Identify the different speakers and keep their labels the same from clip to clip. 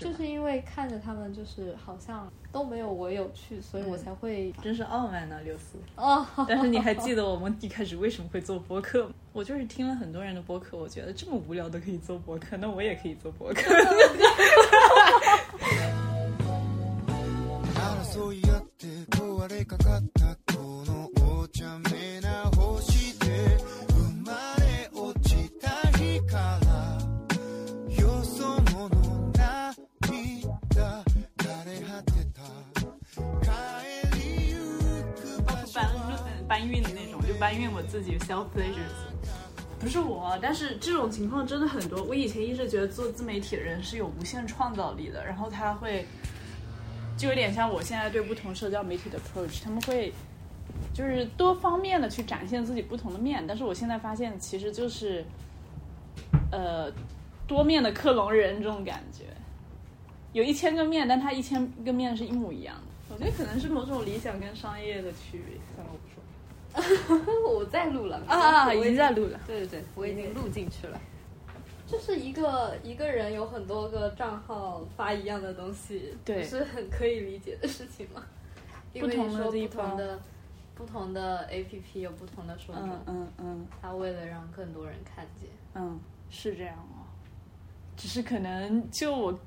Speaker 1: 就是因为看着他们，就是好像都没有我有趣，所以
Speaker 2: 嗯
Speaker 1: 我才会
Speaker 2: 真是傲慢呢，六四。
Speaker 1: 哦，
Speaker 2: 但是你还记得我们一开始为什么会做播客吗？我就是听了很多人的播客，我觉得这么无聊都可以做播客，那我也可以做播客。
Speaker 3: 争い合って壊れかかったこのお茶目な星で生まれ落ちた日からよそ者涙枯れ果てた帰りゆく場所
Speaker 2: 搬搬运的那种，就搬运我自己 self pleasures。不是我，但是这种情况真的很多。我以前一直觉得做自媒体的人是有无限创造力的，然后他会，就有点像我现在对不同社交媒体的 approach，他们会就是多方面的去展现自己不同的面。但是我现在发现，其实就是，呃，多面的克隆人这种感觉，有一千个面，但他一千个面是一模一样的。我觉得可能是某种理想跟商业的区别。算了，我不说。
Speaker 4: 我在录了
Speaker 2: 啊，
Speaker 4: 我
Speaker 2: 已经在录了。
Speaker 4: 对对对，我已经录进去了。
Speaker 1: 就是一个一个人有很多个账号发一样的东西，
Speaker 2: 对
Speaker 1: 不是很可以理解的事情吗？因为
Speaker 2: 不同的
Speaker 1: 说
Speaker 2: 地
Speaker 1: 不同
Speaker 2: 方
Speaker 1: 的不同的 APP 有不同的受众
Speaker 2: 嗯，嗯嗯
Speaker 1: 它为了让更多人看见，
Speaker 2: 嗯，是这样哦。只是可能就我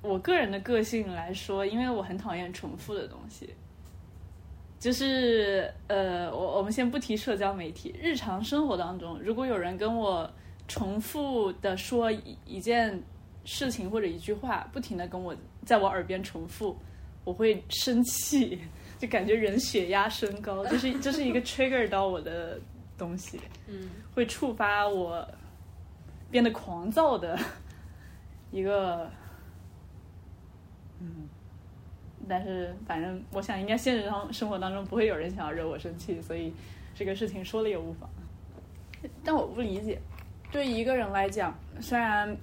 Speaker 2: 我个人的个性来说，因为我很讨厌重复的东西。就是呃，我我们先不提社交媒体，日常生活当中，如果有人跟我重复的说一一件事情或者一句话，不停的跟我在我耳边重复，我会生气，就感觉人血压升高，就是这、是一个 trigger 到我的东西。
Speaker 1: 嗯，
Speaker 2: 会触发我变得狂躁的一个，嗯，但是反正我想应该现实上生活当中不会有人想要惹我生气，所以这个事情说了也无妨。但我不理解，对一个人来讲，虽然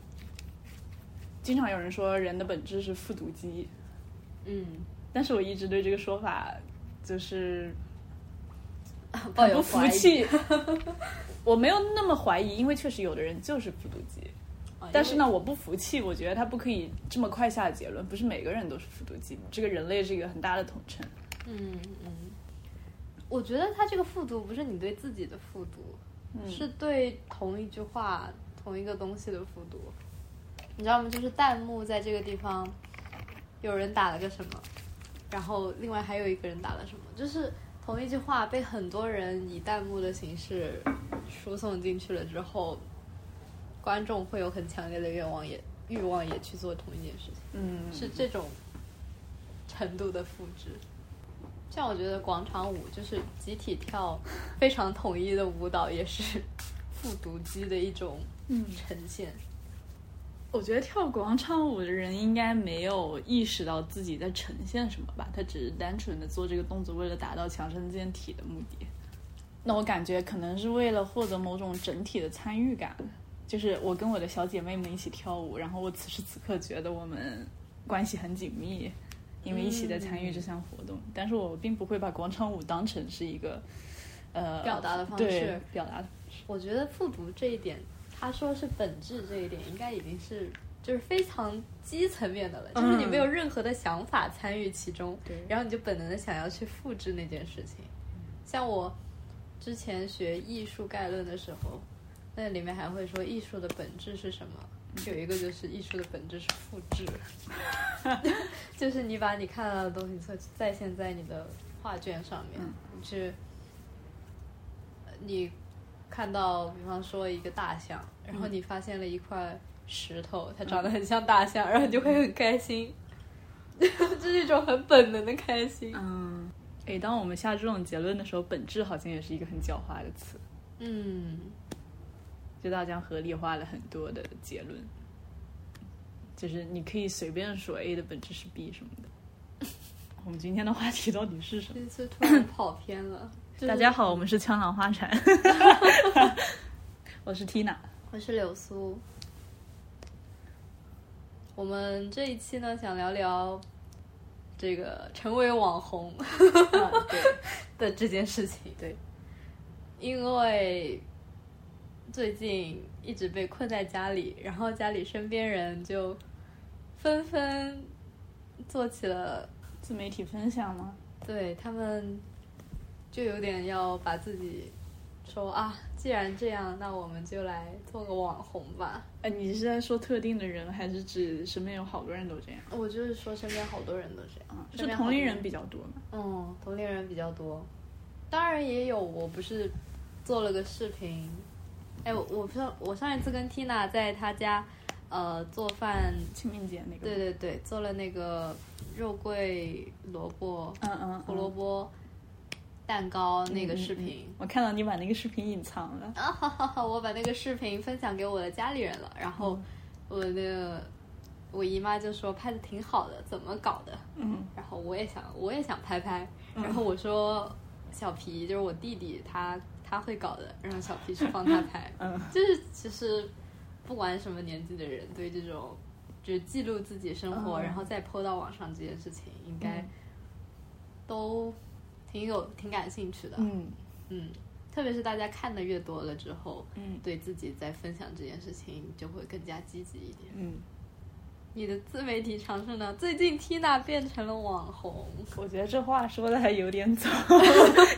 Speaker 2: 经常有人说人的本质是复读机，
Speaker 1: 嗯，
Speaker 2: 但是我一直对这个说法就是
Speaker 1: 抱
Speaker 2: 很
Speaker 1: 有
Speaker 2: 不服
Speaker 1: 怀疑
Speaker 2: 气。 我没有那么怀疑，因为确实有的人就是复读机。
Speaker 1: 啊
Speaker 2: 但是呢，，我不服气，我觉得他不可以这么快下结论，不是每个人都是复读机，这个人类是一个很大的统称。
Speaker 1: 因为嗯嗯，我觉得它这个复读不是你对自己的复读，
Speaker 2: 嗯
Speaker 1: 是对同一句话、同一个东西的复读，你知道吗？就是弹幕在这个地方，有人打了个什么，然后另外还有一个人打了什么，就是同一句话被很多人以弹幕的形式输送进去了之后，观众会有很强烈的愿望也欲望也去做同一件事情，
Speaker 2: 嗯，
Speaker 1: 是这种程度的复制。像我觉得广场舞就是集体跳非常统一的舞蹈，也是复读机的一种
Speaker 2: 嗯，
Speaker 1: 呈现。
Speaker 2: 我觉得跳广场舞的人应该没有意识到自己在呈现什么吧，他只是单纯的做这个动作，为了达到强身健体的目的。那我感觉可能是为了获得某种整体的参与感，就是我跟我的小姐妹们一起跳舞，然后我此时此刻觉得我们关系很紧密，因为一起在参与这项活动。但是我并不会把广场舞当成是一个呃
Speaker 1: 表达的方
Speaker 2: 对
Speaker 1: 式
Speaker 2: 表达的
Speaker 1: 我觉得复读这一点，他说是本质这一点，应该已经是就是非常基层面的了，就是你没有任何的想法参与其中，
Speaker 2: 对
Speaker 1: 然后你就本能的想要去复制那件事情。像我之前学艺术概论的时候，那里面还会说艺术的本质是什么。有一个就是艺术的本质是复制， 就是你把你看到的东西再再现在你的画卷上面，
Speaker 2: 嗯
Speaker 1: 你去，呃你看到，比方说一个大象，然后你发现了一块石头，它长得很像大象，然后你就会很开心， 这是一种很本能的开心。
Speaker 2: 嗯，诶，当我们下这种结论的时候，本质好像也是一个很狡猾的词，
Speaker 1: 嗯，
Speaker 2: 就大家合理化了很多的结论，就是你可以随便说 A 的本质是 B 什么的。 我们今天的话题到底是什么？
Speaker 1: 这次突然跑偏了。就是
Speaker 2: 大家，好，我们是枪狼 花禅，我是 Tina。啊
Speaker 1: 我是柳苏。我们这一期呢，想聊聊这个成为网红
Speaker 2: 啊对，
Speaker 1: 的这件事情。
Speaker 2: 对，
Speaker 1: 因为最近一直被困在家里，然后家里身边人就纷纷做起了，
Speaker 2: 自媒体分享吗？
Speaker 1: 对他们就有点要把自己说啊，既然这样，那我们就来做个网红吧。
Speaker 2: 哎，你是在说特定的人，还是指身边有好多人都这样？
Speaker 1: 我就是说，身边好多人都这样。
Speaker 2: 啊，
Speaker 1: 身
Speaker 2: 是
Speaker 1: 边好多
Speaker 2: 同龄
Speaker 1: 人
Speaker 2: 人比较多嘛？
Speaker 1: 嗯，同龄人比较多，当然也有我不是做了个视频，哎，我我上我上一次跟 Tina 在她家，呃，做饭，
Speaker 2: 清明节那个？
Speaker 1: 对，对对，做了那个肉桂萝卜、
Speaker 2: 嗯嗯，
Speaker 1: 胡萝
Speaker 2: 卜
Speaker 1: 卜蛋糕那个视频。
Speaker 2: 我看到你把那个视频隐藏了。
Speaker 1: 啊哈哈！哈，我把那个视频分享给我的家里人了，然后我的我姨妈就说拍的挺好的，怎么搞的？
Speaker 2: 嗯。
Speaker 1: 然后我也想，我也想拍拍。然后我说，小皮就是我弟弟他，他会搞的，让小皮去帮他拍
Speaker 2: 嗯，
Speaker 1: 就是其实不管什么年纪的人，对这种就是记录自己生活，
Speaker 2: 嗯
Speaker 1: 然后再 PO 到网上这件事情，应该
Speaker 2: 嗯
Speaker 1: 都挺有挺感兴趣的。
Speaker 2: 嗯
Speaker 1: 嗯，特别是大家看的越多了之后，
Speaker 2: 嗯
Speaker 1: 对自己在分享这件事情就会更加积极一点。
Speaker 2: 嗯，
Speaker 1: 你的自媒体尝试呢？最近 Tina 变成了网红，
Speaker 2: 我觉得这话说的还有点早，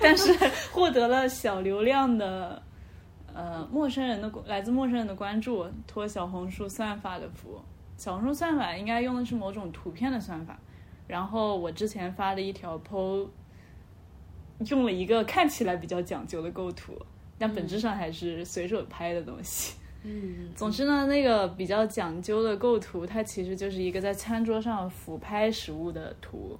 Speaker 2: 但是获得了小流量的。呃，陌生人的来自陌生人的关注，托小红书算法的福。小红书算法应该用的是某种图片的算法。然后我之前发了一条 PO，用了一个看起来比较讲究的构图，但本质上还是随手拍的东西。
Speaker 1: 嗯，
Speaker 2: 总之呢，那个比较讲究的构图，它其实就是一个在餐桌上俯拍食物的图。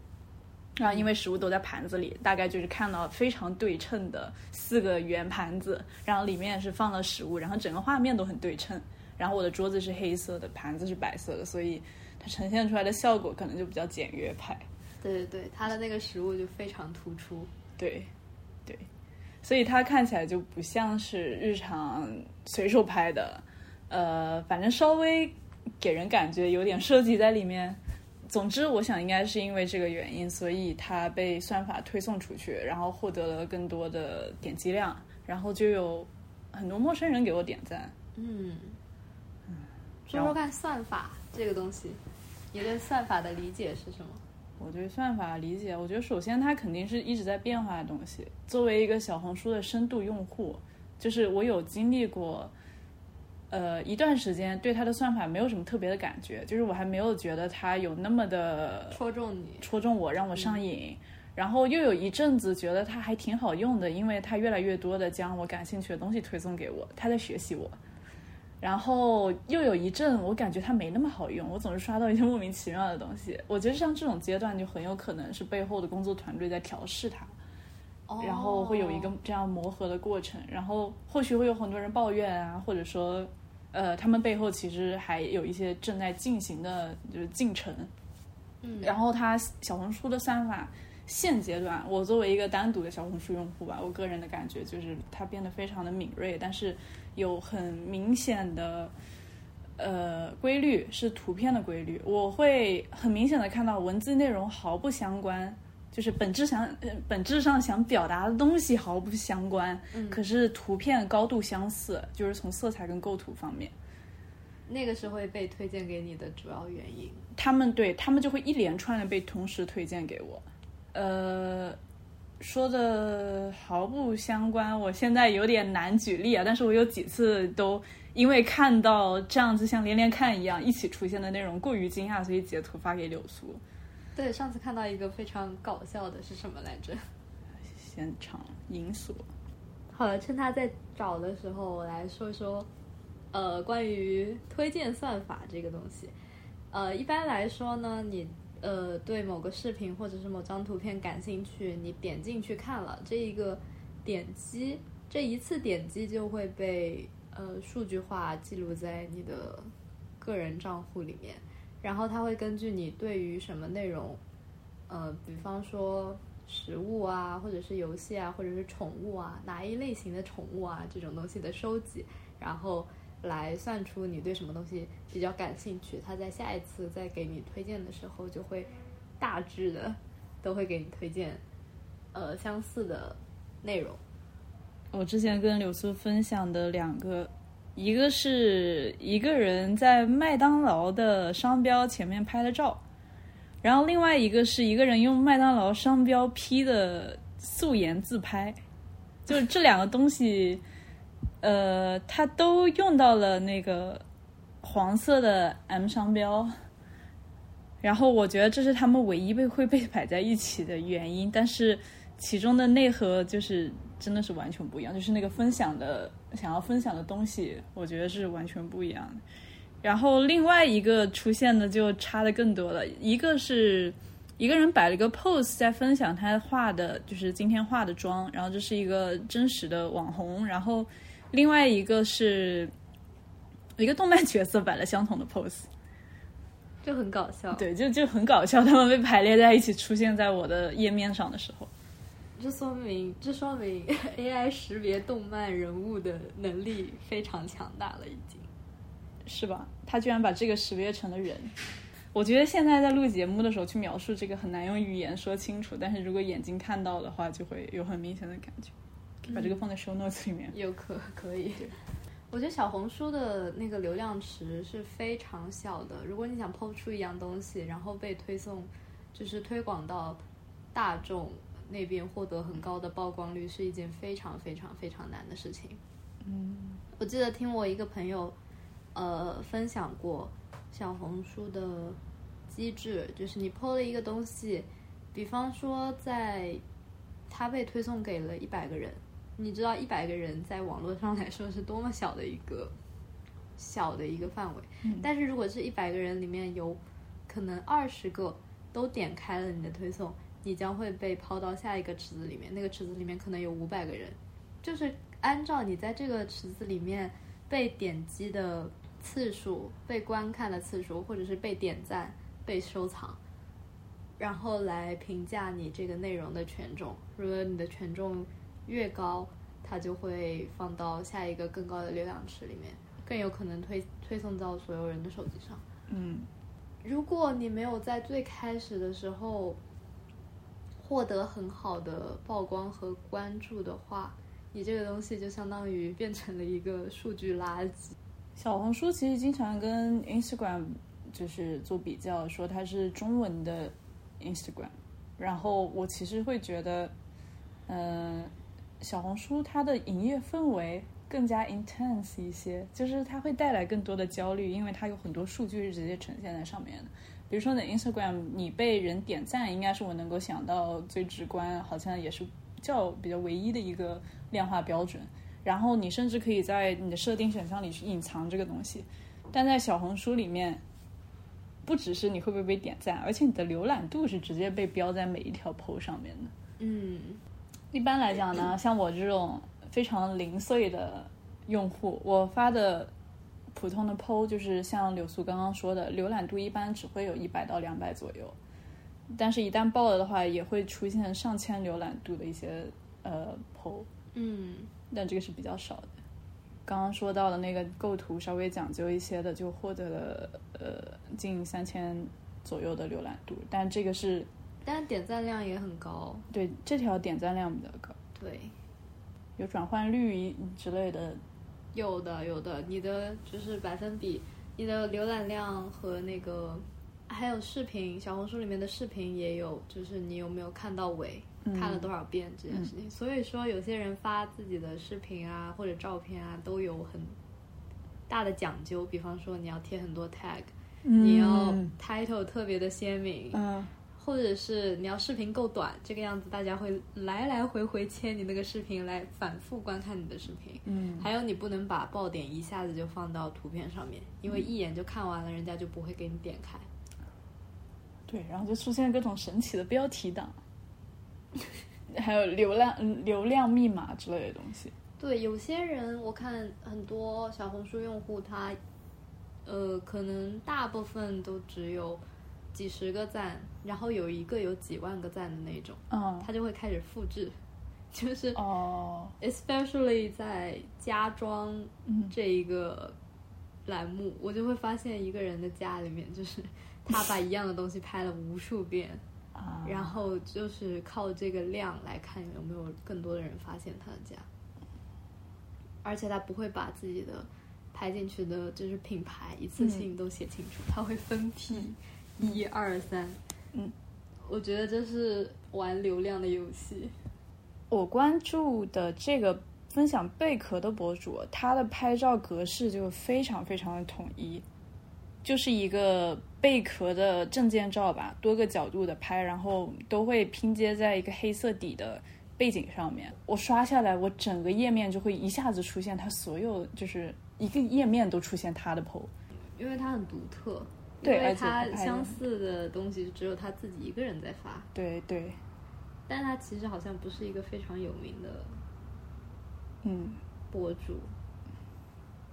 Speaker 2: 然后因为食物都在盘子里，大概就是看到非常对称的四个圆盘子，然后里面是放了食物，然后整个画面都很对称。然后我的桌子是黑色的，盘子是白色的，所以它呈现出来的效果可能就比较简约派。
Speaker 1: 对对对，它的那个食物就非常突出。
Speaker 2: 对，对，所以它看起来就不像是日常随手拍的，呃，反正稍微给人感觉有点设计在里面。总之，我想应该是因为这个原因，所以它被算法推送出去，然后获得了更多的点击量，然后就有很多陌生人给我点赞。
Speaker 1: 嗯，说说看算法这个东西，你对算法的理解是什么？
Speaker 2: 我对算法理解，我觉得首先它肯定是一直在变化的东西。作为一个小红书的深度用户，就是我有经历过，呃，一段时间对它的算法没有什么特别的感觉，就是我还没有觉得它有那么的
Speaker 1: 戳中你，
Speaker 2: 戳中我，让我上瘾。然后又有一阵子觉得它还挺好用的，因为它越来越多的将我感兴趣的东西推送给我，它在学习我。然后又有一阵，我感觉它没那么好用，我总是刷到一些莫名其妙的东西。我觉得像这种阶段，就很有可能是背后的工作团队在调试它。然后会有一个
Speaker 1: 哦
Speaker 2: 这样磨合的过程，然后或许会有很多人抱怨啊，或者说，呃，他们背后其实还有一些正在进行的就是进程，
Speaker 1: 嗯
Speaker 2: 然后它小红书的算法现阶段，我作为一个单独的小红书用户吧，我个人的感觉就是它变得非常的敏锐，但是有很明显的呃规律是图片的规律，我会很明显的看到文字内容毫不相关。就是本质想，呃本质上想表达的东西毫不相关，
Speaker 1: 嗯
Speaker 2: 可是图片高度相似，就是从色彩跟构图方面。
Speaker 1: 那个是会被推荐给你的主要原因。
Speaker 2: 他们对他们就会一连串的被同时推荐给我。呃，说的毫不相关，我现在有点难举例啊，但是我有几次都因为看到这样子像连连看一样一起出现的内容过于惊讶，所以截图发给柳苏，
Speaker 1: 对，上次看到一个非常搞笑的是什么来着？
Speaker 2: 现场银锁。
Speaker 1: 好了，趁他在找的时候，我来说说，呃，关于推荐算法这个东西。呃，一般来说呢，你呃对某个视频或者是某张图片感兴趣，你点进去看了，这一个点击，这一次点击就会被呃数据化记录在你的个人账户里面，然后它会根据你对于什么内容，呃，比方说食物啊，或者是游戏啊，或者是宠物啊，哪一类型的宠物啊这种东西的收集，然后来算出你对什么东西比较感兴趣，它在下一次再给你推荐的时候就会大致的都会给你推荐呃相似的内容。
Speaker 2: 我之前跟柳苏分享的两个一个是一个人在麦当劳的商标前面拍的照，然后另外一个是一个人用麦当劳商标 P 的素颜自拍，就是这两个东西，呃，它都用到了那个黄色的 M 商标。然后我觉得这是他们唯一被会被摆在一起的原因，但是其中的内核就是真的是完全不一样，就是那个分享的想要分享的东西，我觉得是完全不一样的。然后另外一个出现的就差的更多了，一个是一个人摆了一个 pose 在分享他化的，就是今天化的妆，然后这是一个真实的网红，然后另外一个是一个动漫角色摆了相同的 pose。
Speaker 1: 就很搞笑。，
Speaker 2: 对，就就很搞笑，他们被排列在一起出现在我的页面上的时候，
Speaker 1: 这说明这说明 AI 识别动漫人物的能力非常强大了，已经。
Speaker 2: 是吧？他居然把这个识别成了人。我觉得现在在录节目的时候去描述这个很难用语言说清楚，但是如果眼睛看到的话，就会有很明显的感觉。把这个放在 show notes 里面。
Speaker 1: 有可 可以。我觉得小红书的那个流量池是非常小的，如果你想抛出一样东西，然后被推送，就是推广到大众那边获得很高的曝光率，是一件非常非常非常难的事情。嗯，我记得听我一个朋友，呃，分享过小红书的机制，就是你抛了一个东西，比方说在它被推送给了一百个人，你知道一百个人在网络上来说是多么小的一个小的一个范围，但是如果是一百个人里面有可能二十个都点开了你的推送，你将会被抛到下一个池子里面，那个池子里面可能有五百个人，就是按照你在这个池子里面被点击的次数、被观看的次数，或者是被点赞、被收藏。然后来评价你这个内容的权重。如果你的权重越高，它就会放到下一个更高的流量池里面，更有可能推推送到所有人的手机上。
Speaker 2: 嗯，
Speaker 1: 如果你没有在最开始的时候获得很好的曝光和关注的话，你这个东西就相当于变成了一个数据垃圾。
Speaker 2: 小红书其实经常跟 Instagram 就是做比较，说它是中文的 Instagram。然后我其实会觉得，嗯、小红书它的营业氛围更加 intense 一些，就是它会带来更多的焦虑，因为它有很多数据是直接呈现在上面的。比如说你的 Instagram，你被人点赞，应该是我能够想到最直观，好像也是较比较唯一的一个量化标准。然后你甚至可以在你的设定选项里去隐藏这个东西，但在小红书里面，不只是你会不会被点赞，而且你的浏览度是直接被标在每一条 PO 上面的。
Speaker 1: 嗯，
Speaker 2: 一般来讲呢，像我这种非常零碎的用户，我发的普通的 PO 就是像柳苏刚刚说的，浏览度一般只会有一百到两百左右，但是一旦爆了的话，也会出现上千浏览度的一些呃 PO。
Speaker 1: 嗯，
Speaker 2: 但这个是比较少的。刚刚说到的那个构图稍微讲究一些的，就获得了呃近三千左右的浏览度，但这个是
Speaker 1: 但点赞量也很高。
Speaker 2: 对这条点赞量比较高，
Speaker 1: 对，
Speaker 2: 有转换率之类的，
Speaker 1: 有的，有的，你的就是百分比，你的浏览量和那个，还有视频，小红书里面的视频也有，就是你有没有看到尾，
Speaker 2: 嗯
Speaker 1: 看了多少遍这件事情。所以说，有些人发自己的视频啊或者照片啊，都有很大的讲究，比方说你要贴很多 tag，、你要 title 特别的鲜明，
Speaker 2: 嗯
Speaker 1: 或者是你要视频够短，这个样子大家会来来回回切你那个视频来反复观看你的视频。
Speaker 2: 嗯
Speaker 1: 还有你不能把爆点一下子就放到图片上面，因为一眼就看完了，人家就不会给你点开。
Speaker 2: 对，然后就出现各种神奇的标题党， 还有流量嗯流量密码之类的东西，
Speaker 1: 对，有些人我看很多小红书用户他，呃，可能大部分都只有几十个赞，然后有一个有几万个赞的那种，
Speaker 2: 嗯
Speaker 1: 他就会开始复制， 就是
Speaker 2: 哦
Speaker 1: especially 在家装
Speaker 2: 嗯
Speaker 1: 这一个栏目，我就会发现一个人的家里面，就是他把一样的东西拍了无数遍，
Speaker 2: 啊，
Speaker 1: 然后就是靠这个量来看有没有更多的人发现他的家，而且他不会把自己的拍进去的就是品牌，一
Speaker 2: 嗯
Speaker 1: 次性都写清楚，它会分批，一二三。
Speaker 2: 嗯，
Speaker 1: 我觉得这是玩流量的游戏。
Speaker 2: 我关注的这个分享贝壳的博主，他的拍照格式就非常非常的统一，就是一个贝壳的证件照吧，多个角度的拍，然后都会拼接在一个黑色底的背景上面。我刷下来，我整个页面就会一下子出现他所有，就是一个页面都出现他的 PO。
Speaker 1: 因为它很独特，
Speaker 2: 对
Speaker 1: 因为
Speaker 2: 而且
Speaker 1: 它
Speaker 2: 它拍得
Speaker 1: 相似的东西只有他自己一个人在发，
Speaker 2: 对对，
Speaker 1: 但他其实好像不是一个非常有名的
Speaker 2: 嗯
Speaker 1: 博主，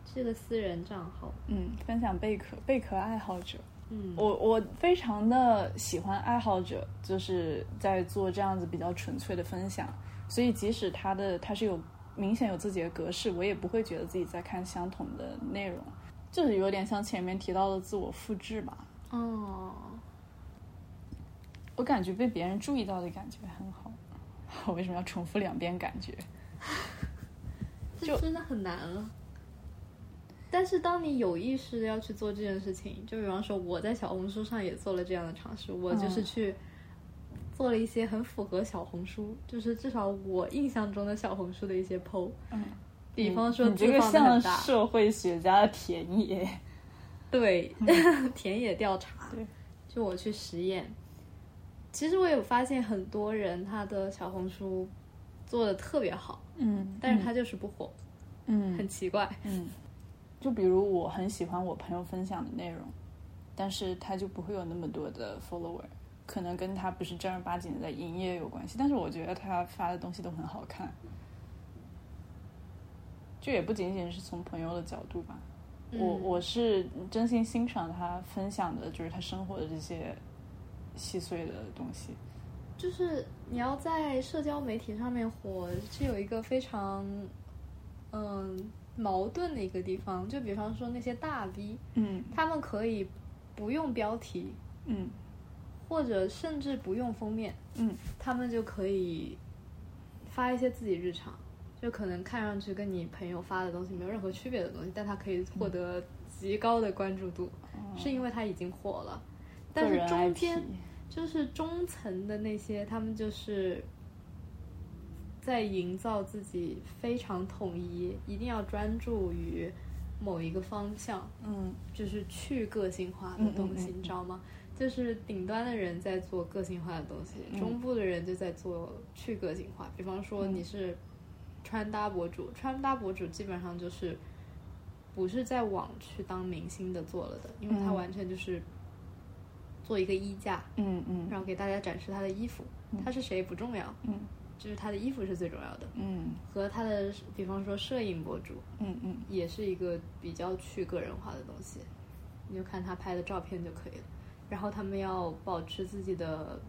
Speaker 1: 是个私人账号。
Speaker 2: 嗯，分享贝壳，贝壳爱好者。
Speaker 1: 嗯，
Speaker 2: 我我非常的喜欢爱好者，就是在做这样子比较纯粹的分享，所以即使他的他是有明显有自己的格式，我也不会觉得自己在看相同的内容，就是有点像前面提到的自我复制吧。
Speaker 1: 哦，
Speaker 2: 我感觉被别人注意到的感觉很好， 我为什么要重复两遍感觉？
Speaker 1: 这
Speaker 2: 就
Speaker 1: 真的很难
Speaker 2: 啊
Speaker 1: 了。但是当你有意识的要去做这件事情，就比方说我在小红书上也做了这样的尝试，我就是
Speaker 2: 嗯
Speaker 1: 去做了一些很符合小红书，就是至少我印象中的小红书的一些 PO，
Speaker 2: 嗯，
Speaker 1: 比方说
Speaker 2: 你这
Speaker 1: 字
Speaker 2: 个
Speaker 1: 放的
Speaker 2: 像
Speaker 1: 很大，
Speaker 2: 社会学家的田野，
Speaker 1: 对， 田野调查，
Speaker 2: 嗯对，
Speaker 1: 就我去实验。其实我有发现很多人他的小红书做的特别好，
Speaker 2: 嗯
Speaker 1: 但是他就是不火，
Speaker 2: 嗯
Speaker 1: 很奇怪。
Speaker 2: 嗯，就比如我很喜欢我朋友分享的内容，但是他就不会有那么多的 follower，可能跟他不是正儿八经的在营业有关系。但是我觉得他发的东西都很好看，就也不仅仅是从朋友的角度吧。我
Speaker 1: 嗯
Speaker 2: 我是真心欣赏他分享的，就是他生活的这些细碎的东西。
Speaker 1: 就是你要在社交媒体上面火，是有一个非常嗯矛盾的一个地方。就比方说那些大 V，
Speaker 2: 嗯
Speaker 1: 他们可以不用标题，
Speaker 2: 嗯
Speaker 1: 或者甚至不用封面，
Speaker 2: 嗯
Speaker 1: 他们就可以发一些自己日常，就可能看上去跟你朋友发的东西没有任何区别的东西，但他可以获得极高的关注度，是因为他已经火了。但
Speaker 2: 个
Speaker 1: 是
Speaker 2: 人
Speaker 1: 中
Speaker 2: IP
Speaker 1: 间就是中层的那些，他们就是在营造自己非常统一，一定要专注于某一个方向，
Speaker 2: 嗯
Speaker 1: 就是去个性化的东西，
Speaker 2: 嗯嗯嗯嗯
Speaker 1: 你知道吗？就是顶端的人在做个性化的东西，
Speaker 2: 嗯
Speaker 1: 中部的人就在做去个性化。比方说
Speaker 2: 嗯
Speaker 1: 你是穿搭博主，穿搭博主基本上就是不是在网去当明星的做了的，因为他
Speaker 2: 嗯
Speaker 1: 完全就是做一个衣架，
Speaker 2: 嗯嗯
Speaker 1: 然后给大家展示他的衣服
Speaker 2: 嗯，
Speaker 1: 他是谁不重要，
Speaker 2: 嗯
Speaker 1: 就是他的衣服是最重要的。
Speaker 2: 嗯
Speaker 1: 和他的，比方说摄影博主，
Speaker 2: 嗯嗯
Speaker 1: 也是一个比较去个人化的东西，你就看他拍的照片就可以了。然后他们要保持自己的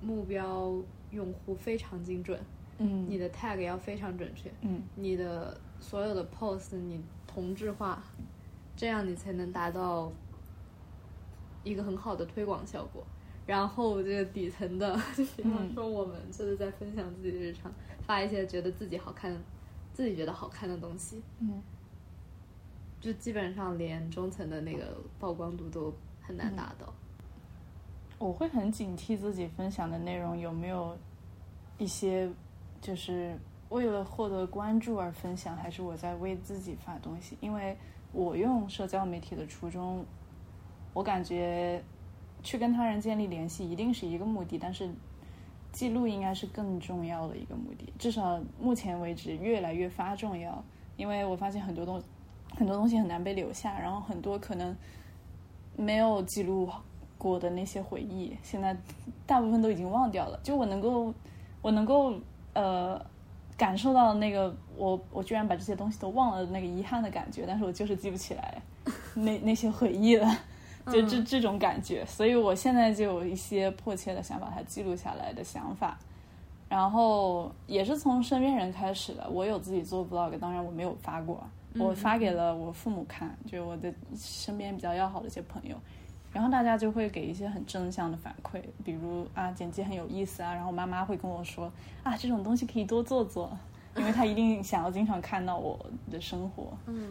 Speaker 1: 目标用户非常精准，
Speaker 2: 嗯，
Speaker 1: 你的 tag 要非常准确，
Speaker 2: 嗯
Speaker 1: 你的所有的 pose 你同质化，这样你才能达到一个很好的推广效果。然后这个底层的， 就比方说我们就是在分享自己的日常，发一些觉得自己好看、自己觉得好看的东西，
Speaker 2: 嗯
Speaker 1: 就基本上连中层的那个曝光度都很难达到。
Speaker 2: 我会很警惕自己分享的内容有没有一些就是为了获得关注而分享，还是我在为自己发东西？因为我用社交媒体的初衷，我感觉去跟他人建立联系一定是一个目的，但是记录应该是更重要的一个目的。至少目前为止，越来越发重要，因为我发现很多东很多东西很难被留下，然后很多可能没有记录过的那些回忆，现在大部分都已经忘掉了。就我能够，我能够呃感受到那个我我居然把这些东西都忘了的那个遗憾的感觉，但是我就是记不起来那那些回忆了。就这这种感觉，所以我现在就有一些迫切的想把它记录下来的想法，然后也是从身边人开始的。我有自己做 vlog，当然我没有发过，我发给了我父母看，就我的身边比较要好的一些朋友，然后大家就会给一些很正向的反馈，比如啊剪辑很有意思啊，然后妈妈会跟我说啊这种东西可以多做做，因为她一定想要经常看到我的生活。
Speaker 1: 嗯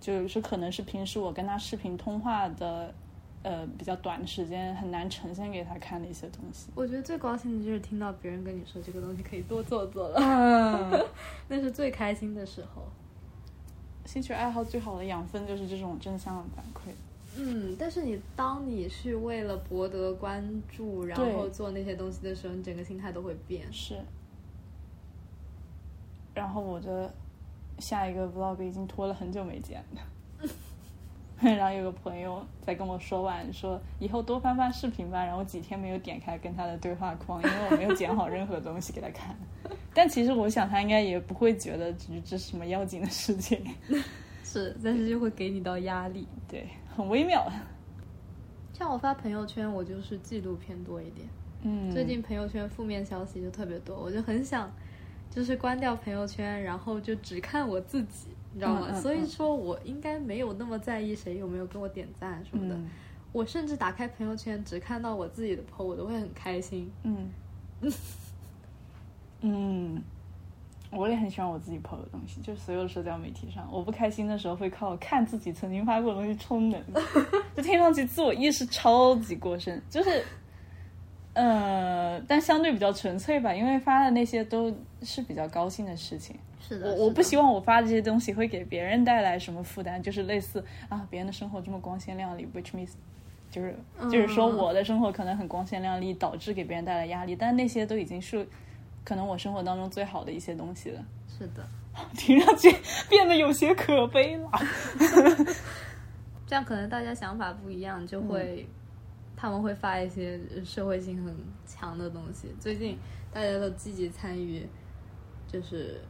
Speaker 2: 就是可能是平时我跟他视频通话的，呃，比较短的时间很难呈现给他看的一些东西。
Speaker 1: 我觉得最高兴的就是听到别人跟你说这个东西可以多做做了， 那是最开心的时候。
Speaker 2: 兴趣爱好最好的养分就是这种正向反馈。
Speaker 1: 嗯，但是你当你是为了博得关注，然
Speaker 2: 对
Speaker 1: 后做那些东西的时候，你整个心态都会变。
Speaker 2: 是。然后我的下一个 vlog 已经拖了很久没剪了。 然后有个朋友在跟我说完，说以后多翻翻视频吧。然后几天没有点开跟他的对话框，因为我没有剪好任何东西给他看。 但其实我想他应该也不会觉得只是这是什么要紧的事情，
Speaker 1: 是，但是就会给你到压力。
Speaker 2: 对，很微妙。
Speaker 1: 像我发朋友圈，我就是记录偏多一点。
Speaker 2: 嗯，
Speaker 1: 最近朋友圈负面消息就特别多，我就很想，就是关掉朋友圈，然后就只看我自己，你知道吗？
Speaker 2: 嗯嗯嗯
Speaker 1: 所以说我应该没有那么在意谁有没有给我点赞什么的。
Speaker 2: 嗯
Speaker 1: 我甚至打开朋友圈，只看到我自己的 po，我都会很开心。
Speaker 2: 嗯 嗯，我也很喜欢我自己 PO 的东西，就是所有的社交媒体上，我不开心的时候会靠看自己曾经发过的东西充能，就听上去自我意识超级过剩，就是。呃，但相对比较纯粹吧，因为发的那些都是比较高兴的事情。
Speaker 1: 是
Speaker 2: 我我不希望我发的这些东西会给别人带来什么负担，就是类似啊，别人的生活这么光鲜亮丽，which means 就是就是说
Speaker 1: 嗯
Speaker 2: 我的生活可能很光鲜亮丽，导致给别人带来压力，但那些都已经是可能我生活当中最好的一些东西了，
Speaker 1: 是的，
Speaker 2: 听上去变得有些可悲了。
Speaker 1: 这样可能大家想法不一样，就会、他们会发一些社会性很强的东西。最近大家都积极参与，就是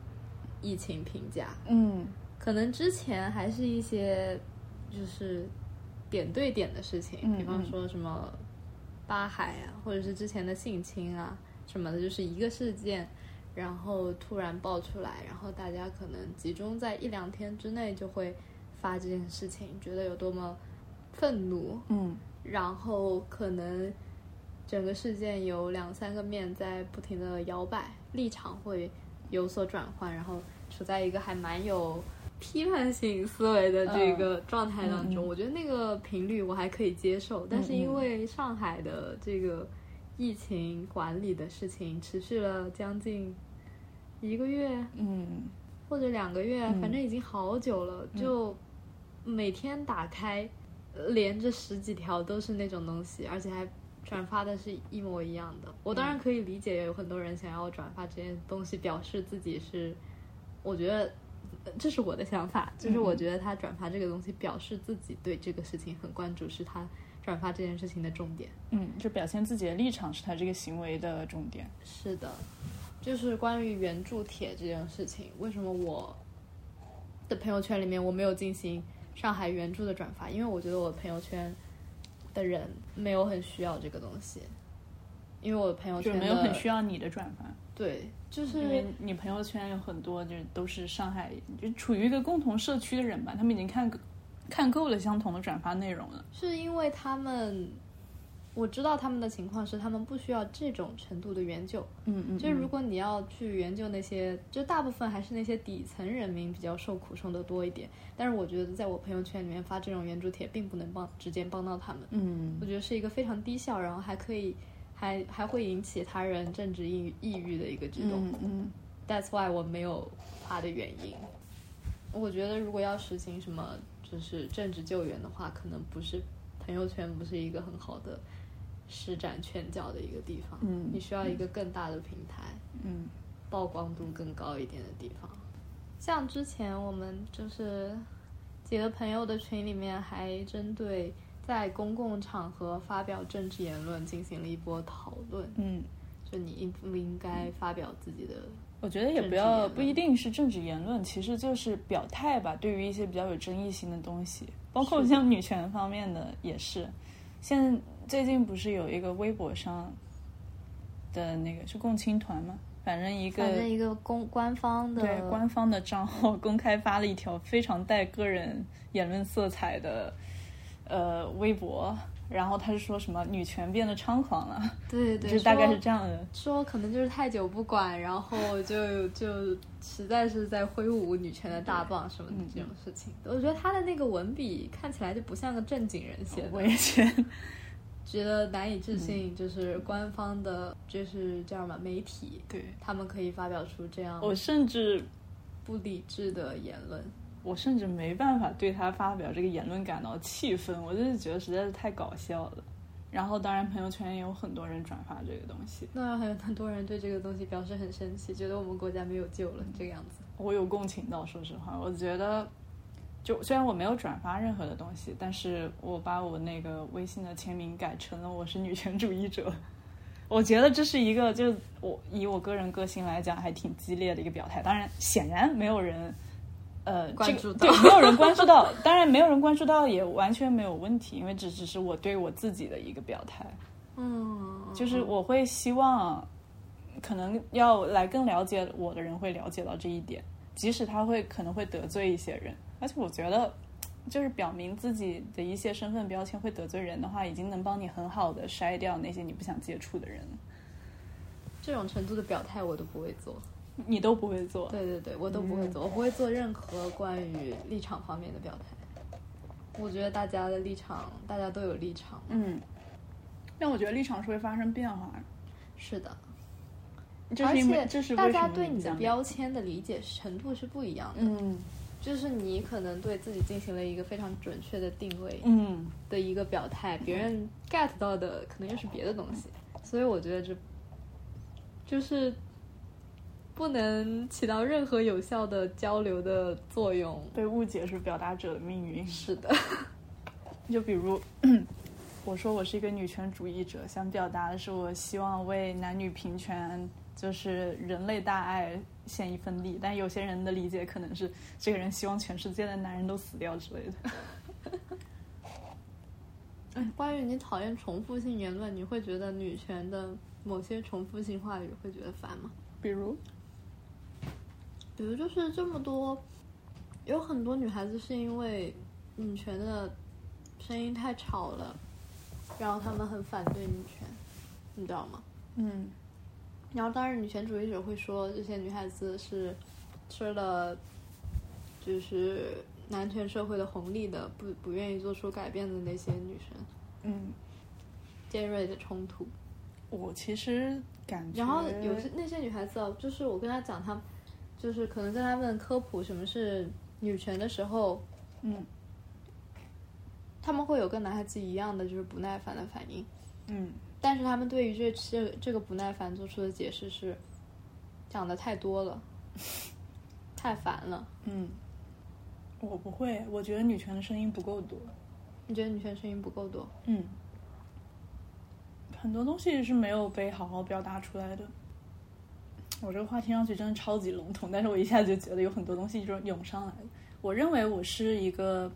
Speaker 1: 疫情评价，
Speaker 2: 嗯
Speaker 1: 可能之前还是一些就是点对点的事情，
Speaker 2: 嗯
Speaker 1: 比方
Speaker 2: 嗯
Speaker 1: 说什么八海啊，或者是之前的性侵啊什么的，就是一个事件，然后突然爆出来，然后大家可能集中在一两天之内就会发这件事情，觉得有多么愤怒，
Speaker 2: 嗯
Speaker 1: 然后可能整个事件有两三个面在不停的摇摆，立场会有所转换，然后处在一个还蛮有批判性思维的这个状态当中。
Speaker 2: 嗯嗯
Speaker 1: 我觉得那个频率我还可以接受，但是
Speaker 2: 嗯
Speaker 1: 因为上海的这个疫情管理的事情持续了将近一个月
Speaker 2: 嗯
Speaker 1: 或者两个月，
Speaker 2: 嗯
Speaker 1: 反正已经好久了，就每天打开，呃连着十几条都是那种东西，而且还转发的是一模一样的。我当然可以理解，有很多人想要转发这些东西，表示自己是，我觉得。呃这是我的想法，就是我觉得他转发这个东西，表示自己对这个事情很关注，是他转发这件事情的重点。
Speaker 2: 嗯，就表现自己的立场是他这个行为的重点。
Speaker 1: 是的，就是关于原著帖这件事情，为什么我的朋友圈里面我没有进行上海原著的转发？因为我觉得我朋友圈的人没有很需要这个东西，因为我的朋友
Speaker 2: 就
Speaker 1: 圈
Speaker 2: 没有很需嗯
Speaker 1: 要。
Speaker 2: 要你的转发，
Speaker 1: 对，就
Speaker 2: 因为
Speaker 1: 是
Speaker 2: 你朋友圈有很多就是都是上海，就处于一个共同社区的人吧，他们已经看看够了相同的转发内容了。
Speaker 1: 是因为他们，我知道他们的情况是他们不需要这种程度的援救，
Speaker 2: 嗯嗯
Speaker 1: 就是如果你要去研究那些，就大部分还是那些底层人民比较受苦受的多一点。但是我觉得在我朋友圈里面发这种援助帖，并不能帮直接帮到他们。
Speaker 2: 嗯
Speaker 1: 我觉得是一个非常低效，然后还可以还还会引起他人政治抑郁抑郁的一个举动。
Speaker 2: 嗯嗯
Speaker 1: That's why 我没有发的原因。我觉得如果要实行什么就是政治救援的话，可能不是朋友圈不是一个很好的施展拳脚的一个地方。
Speaker 2: 嗯
Speaker 1: 你需要一个更大的平台。
Speaker 2: 嗯
Speaker 1: 曝光度更高一点的地方。像之前我们就是几个朋友的群里面，还针对在公共场合发表政治言论进行了一波讨论，
Speaker 2: 嗯，
Speaker 1: 就你应不应该发表自己的？
Speaker 2: 我觉得也
Speaker 1: 政
Speaker 2: 不
Speaker 1: 治言
Speaker 2: 要
Speaker 1: 论
Speaker 2: 不一定是政治言论，其实就是表态吧。对于一些比较有争议性的东西，包括
Speaker 1: 是的
Speaker 2: 像女权方面的也是。现在最近不是有一个微博上的那个是共青团吗？反正一个
Speaker 1: 反正一个公官方的
Speaker 2: 对官方的账号公开发了一条非常带个人言论色彩的呃微博，然后他是说什么女权变得猖狂了，
Speaker 1: 对对，
Speaker 2: 就是大概是这样的。
Speaker 1: 说可能就是太久不管，然后就就实在是在挥舞女权的大棒什么
Speaker 2: 嗯
Speaker 1: 的这种事情。我觉得他的那个文笔看起来就不像个正经人写的，
Speaker 2: 我也觉得，嗯
Speaker 1: 觉得难以置信，就是官方的，就是叫什么媒体，
Speaker 2: 对
Speaker 1: 他们可以发表出这样
Speaker 2: 我甚至
Speaker 1: 不理智的言论。
Speaker 2: 我甚至没办法对他发表这个言论感到气愤，我就是觉得实在是太搞笑了。然后，当然朋友圈也有很多人转发这个东西，
Speaker 1: 那还有很多人对这个东西表示很生气，觉得我们国家没有救了这个样子。
Speaker 2: 我有共情到，说实话，我觉得，就虽然我没有转发任何的东西，但是我把我那个微信的签名改成了我是女权主义者。我觉得这是一个，就是我以我个人个性来讲，还挺激烈的一个表态。当然，显然没有人，呃，
Speaker 1: 关
Speaker 2: 这个
Speaker 1: 注到
Speaker 2: 对，没有人关注到。当然，没有人关注到也完全没有问题，因为这只是我对我自己的一个表态。
Speaker 1: 嗯，
Speaker 2: 就是我会希望，可能要来更了解我的人会了解到这一点，即使他会可能会得罪一些人，而且我觉得，就是表明自己的一些身份标签会得罪人的话，已经能帮你很好的筛掉那些你不想接触的人了，
Speaker 1: 这种程度的表态我都不会做。
Speaker 2: 你都不会做。
Speaker 1: 对对对，我都不会做，我不会做任何关于立场方面的表态。我觉得大家的立场，大家都有立场。
Speaker 2: 嗯，但我觉得立场是会发生变化的，
Speaker 1: 是的，
Speaker 2: 这
Speaker 1: 而
Speaker 2: 是因为这
Speaker 1: 且
Speaker 2: 是
Speaker 1: 大
Speaker 2: 为什
Speaker 1: 家
Speaker 2: 么
Speaker 1: 对你
Speaker 2: 这
Speaker 1: 的
Speaker 2: 样
Speaker 1: 标签的理解程度是不一样的。
Speaker 2: 嗯
Speaker 1: 就是你可能对自己进行了一个非常准确的定位
Speaker 2: 嗯
Speaker 1: 的一个表态，别人 get 到的可能又是别的东西。所以我觉得这就是不能起到任何有效的交流的作用。
Speaker 2: 被误解是表达者的命运。
Speaker 1: 是的。
Speaker 2: 就比如，我说我是一个女权主义者，想表达的是我希望为男女平权，就是人类大爱献一份力。但有些人的理解可能是，这个人希望全世界的男人都死掉之类的。
Speaker 1: 关于你讨厌重复性言论，你会觉得女权的某些重复性话语会觉得烦吗？
Speaker 2: 比如，
Speaker 1: 比如就是这么多，有很多女孩子是因为女权的声音太吵了，然后她们很反对女权，你知道吗？
Speaker 2: 嗯
Speaker 1: 然后当然女权主义者会说这些女孩子是吃了就是男权社会的红利的，不不愿意做出改变的那些女生，
Speaker 2: 嗯，
Speaker 1: 尖锐的冲突。
Speaker 2: 我其实感觉，
Speaker 1: 然后有些那些女孩子哦，就是我跟她讲，她就是可能跟她们科普什么是女权的时候，
Speaker 2: 嗯
Speaker 1: 她们会有跟男孩子一样的就是不耐烦的反应，
Speaker 2: 嗯
Speaker 1: 但是她们对于这这这个不耐烦做出的解释是，讲的太多了， 太烦了。
Speaker 2: 嗯，我不会，我觉得女权的声音不够多。
Speaker 1: 你觉得女权声音不够多？
Speaker 2: 嗯，很多东西是没有被好好表达出来的。我这个话听上去真的超级笼统，但是我一下就觉得有很多东西就是涌上来了。我认为我是一个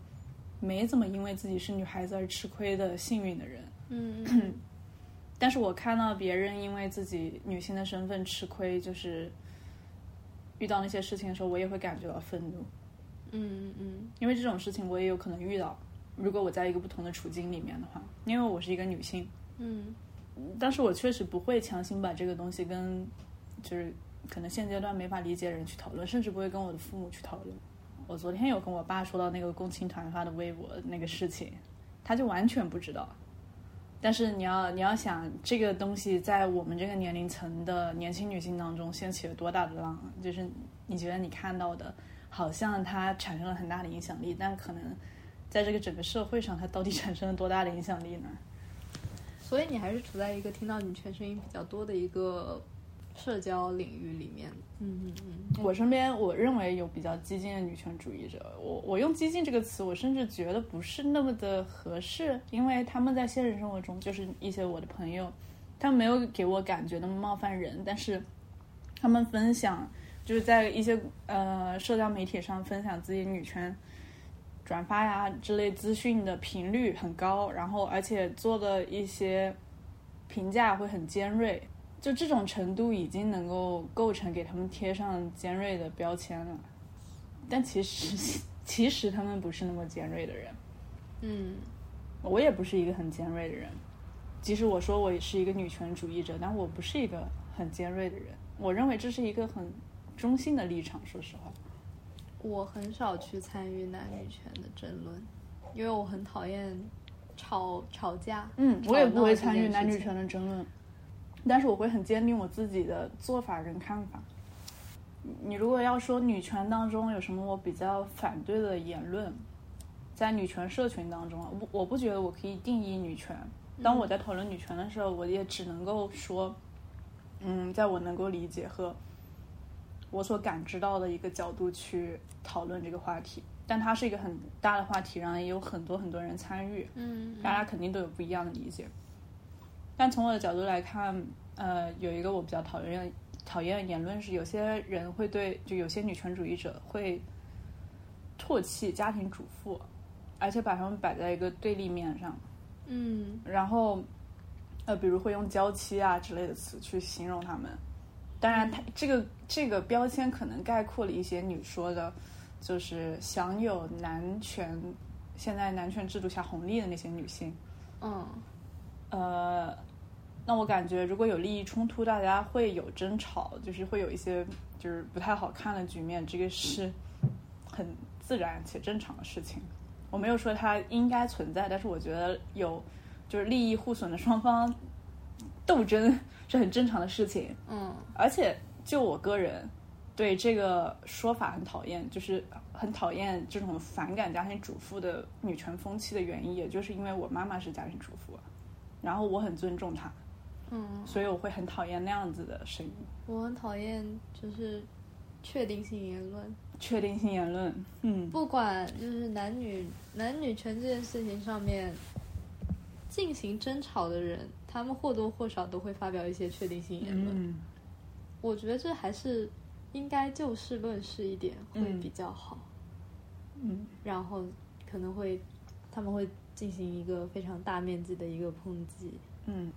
Speaker 2: 没怎么因为自己是女孩子而吃亏的幸运的人，
Speaker 1: 嗯嗯
Speaker 2: 但是我看到别人因为自己女性的身份吃亏，就是遇到那些事情的时候，我也会感觉到愤怒。
Speaker 1: 嗯嗯
Speaker 2: 因为这种事情我也有可能遇到，如果我在一个不同的处境里面的话，因为我是一个女性，
Speaker 1: 嗯
Speaker 2: 但是我确实不会强行把这个东西跟就是可能现阶段没法理解的人去讨论，甚至不会跟我的父母去讨论。我昨天有跟我爸说到那个共青团发的微博那个事情，他就完全不知道。但是你要你要想这个东西在我们这个年龄层的年轻女性当中掀起了多大的浪，就是你觉得你看到的，好像它产生了很大的影响力，但可能在这个整个社会上，它到底产生了多大的影响力呢？
Speaker 1: 嗯，所以你还是处在一个听到女权声音比较多的一个社交领域里面。嗯嗯嗯。
Speaker 2: 我身边我认为有比较激进的女权主义者，我我用激进这个词，我甚至觉得不是那么的合适，因为他们在现实生活中就是一些我的朋友，他们没有给我感觉那么冒犯人，但是他们分享就是在一些呃社交媒体上分享自己女权转发呀之类资讯的频率很高，然后而且做的一些评价会很尖锐，就这种程度已经能够构成给他们贴上尖锐的标签了， 但其实其实他们不是那么尖锐的人。
Speaker 1: 嗯，
Speaker 2: 我也不是一个很尖锐的人，即使我说我是一个女权主义者，但我不是一个很尖锐的人。我认为这是一个很中性的立场，说实话。
Speaker 1: 我很少去参与男女权的争论，因为我很讨厌吵吵架。
Speaker 2: 嗯，
Speaker 1: 吵
Speaker 2: 我也不
Speaker 1: 闹
Speaker 2: 会
Speaker 1: 这
Speaker 2: 参与
Speaker 1: 件
Speaker 2: 男
Speaker 1: 事
Speaker 2: 女
Speaker 1: 情
Speaker 2: 权的争论，但是我会很坚定我自己的做法跟看法。你如果要说女权当中有什么我比较反对的言论，在女权社群当中啊，我不我不觉得我可以定义女权。
Speaker 1: 嗯
Speaker 2: 当我在讨论女权的时候，我也只能够说，嗯，在我能够理解和我所感知到的一个角度去讨论这个话题。但它是一个很大的话题，然后也有很多很多人参与。
Speaker 1: 嗯，
Speaker 2: 大家肯定都有不一样的理解。但从我的角度来看，呃，有一个我比较讨厌讨厌的言论是，有些人会对就有些女权主义者会唾弃家庭主妇，而且把他们摆在一个对立面上，
Speaker 1: 嗯
Speaker 2: 然后呃，比如会用娇妻啊之类的词去形容他们。当然，它这个这个标签可能概括了一些你说的，就是享有男权现在男权制度下红利的那些女性。
Speaker 1: 嗯
Speaker 2: 呃，那我感觉如果有利益冲突，大家会有争吵，就是会有一些就是不太好看的局面，这个是很自然且正常的事情。我没有说它应该存在，但是我觉得有就是利益互损的双方斗争是很正常的事情。
Speaker 1: 嗯
Speaker 2: 而且就我个人对这个说法很讨厌，就是很讨厌这种反感家庭主妇的女权风气的原因，也就是因为我妈妈是家庭主妇，然后我很尊重她，
Speaker 1: 嗯，
Speaker 2: 所以我会很讨厌那样子的声音。
Speaker 1: 我很讨厌就是确定性言论，
Speaker 2: 确定性言论，嗯，
Speaker 1: 不管就是男女男女权这件事情上面进行争吵的人，他们或多或少都会发表一些确定性言论。
Speaker 2: 嗯，
Speaker 1: 我觉得这还是应该就事论事一点会
Speaker 2: 嗯
Speaker 1: 比较好。
Speaker 2: 嗯，
Speaker 1: 然后可能会他们会进行一个非常大面积的一个抨击。
Speaker 2: 嗯，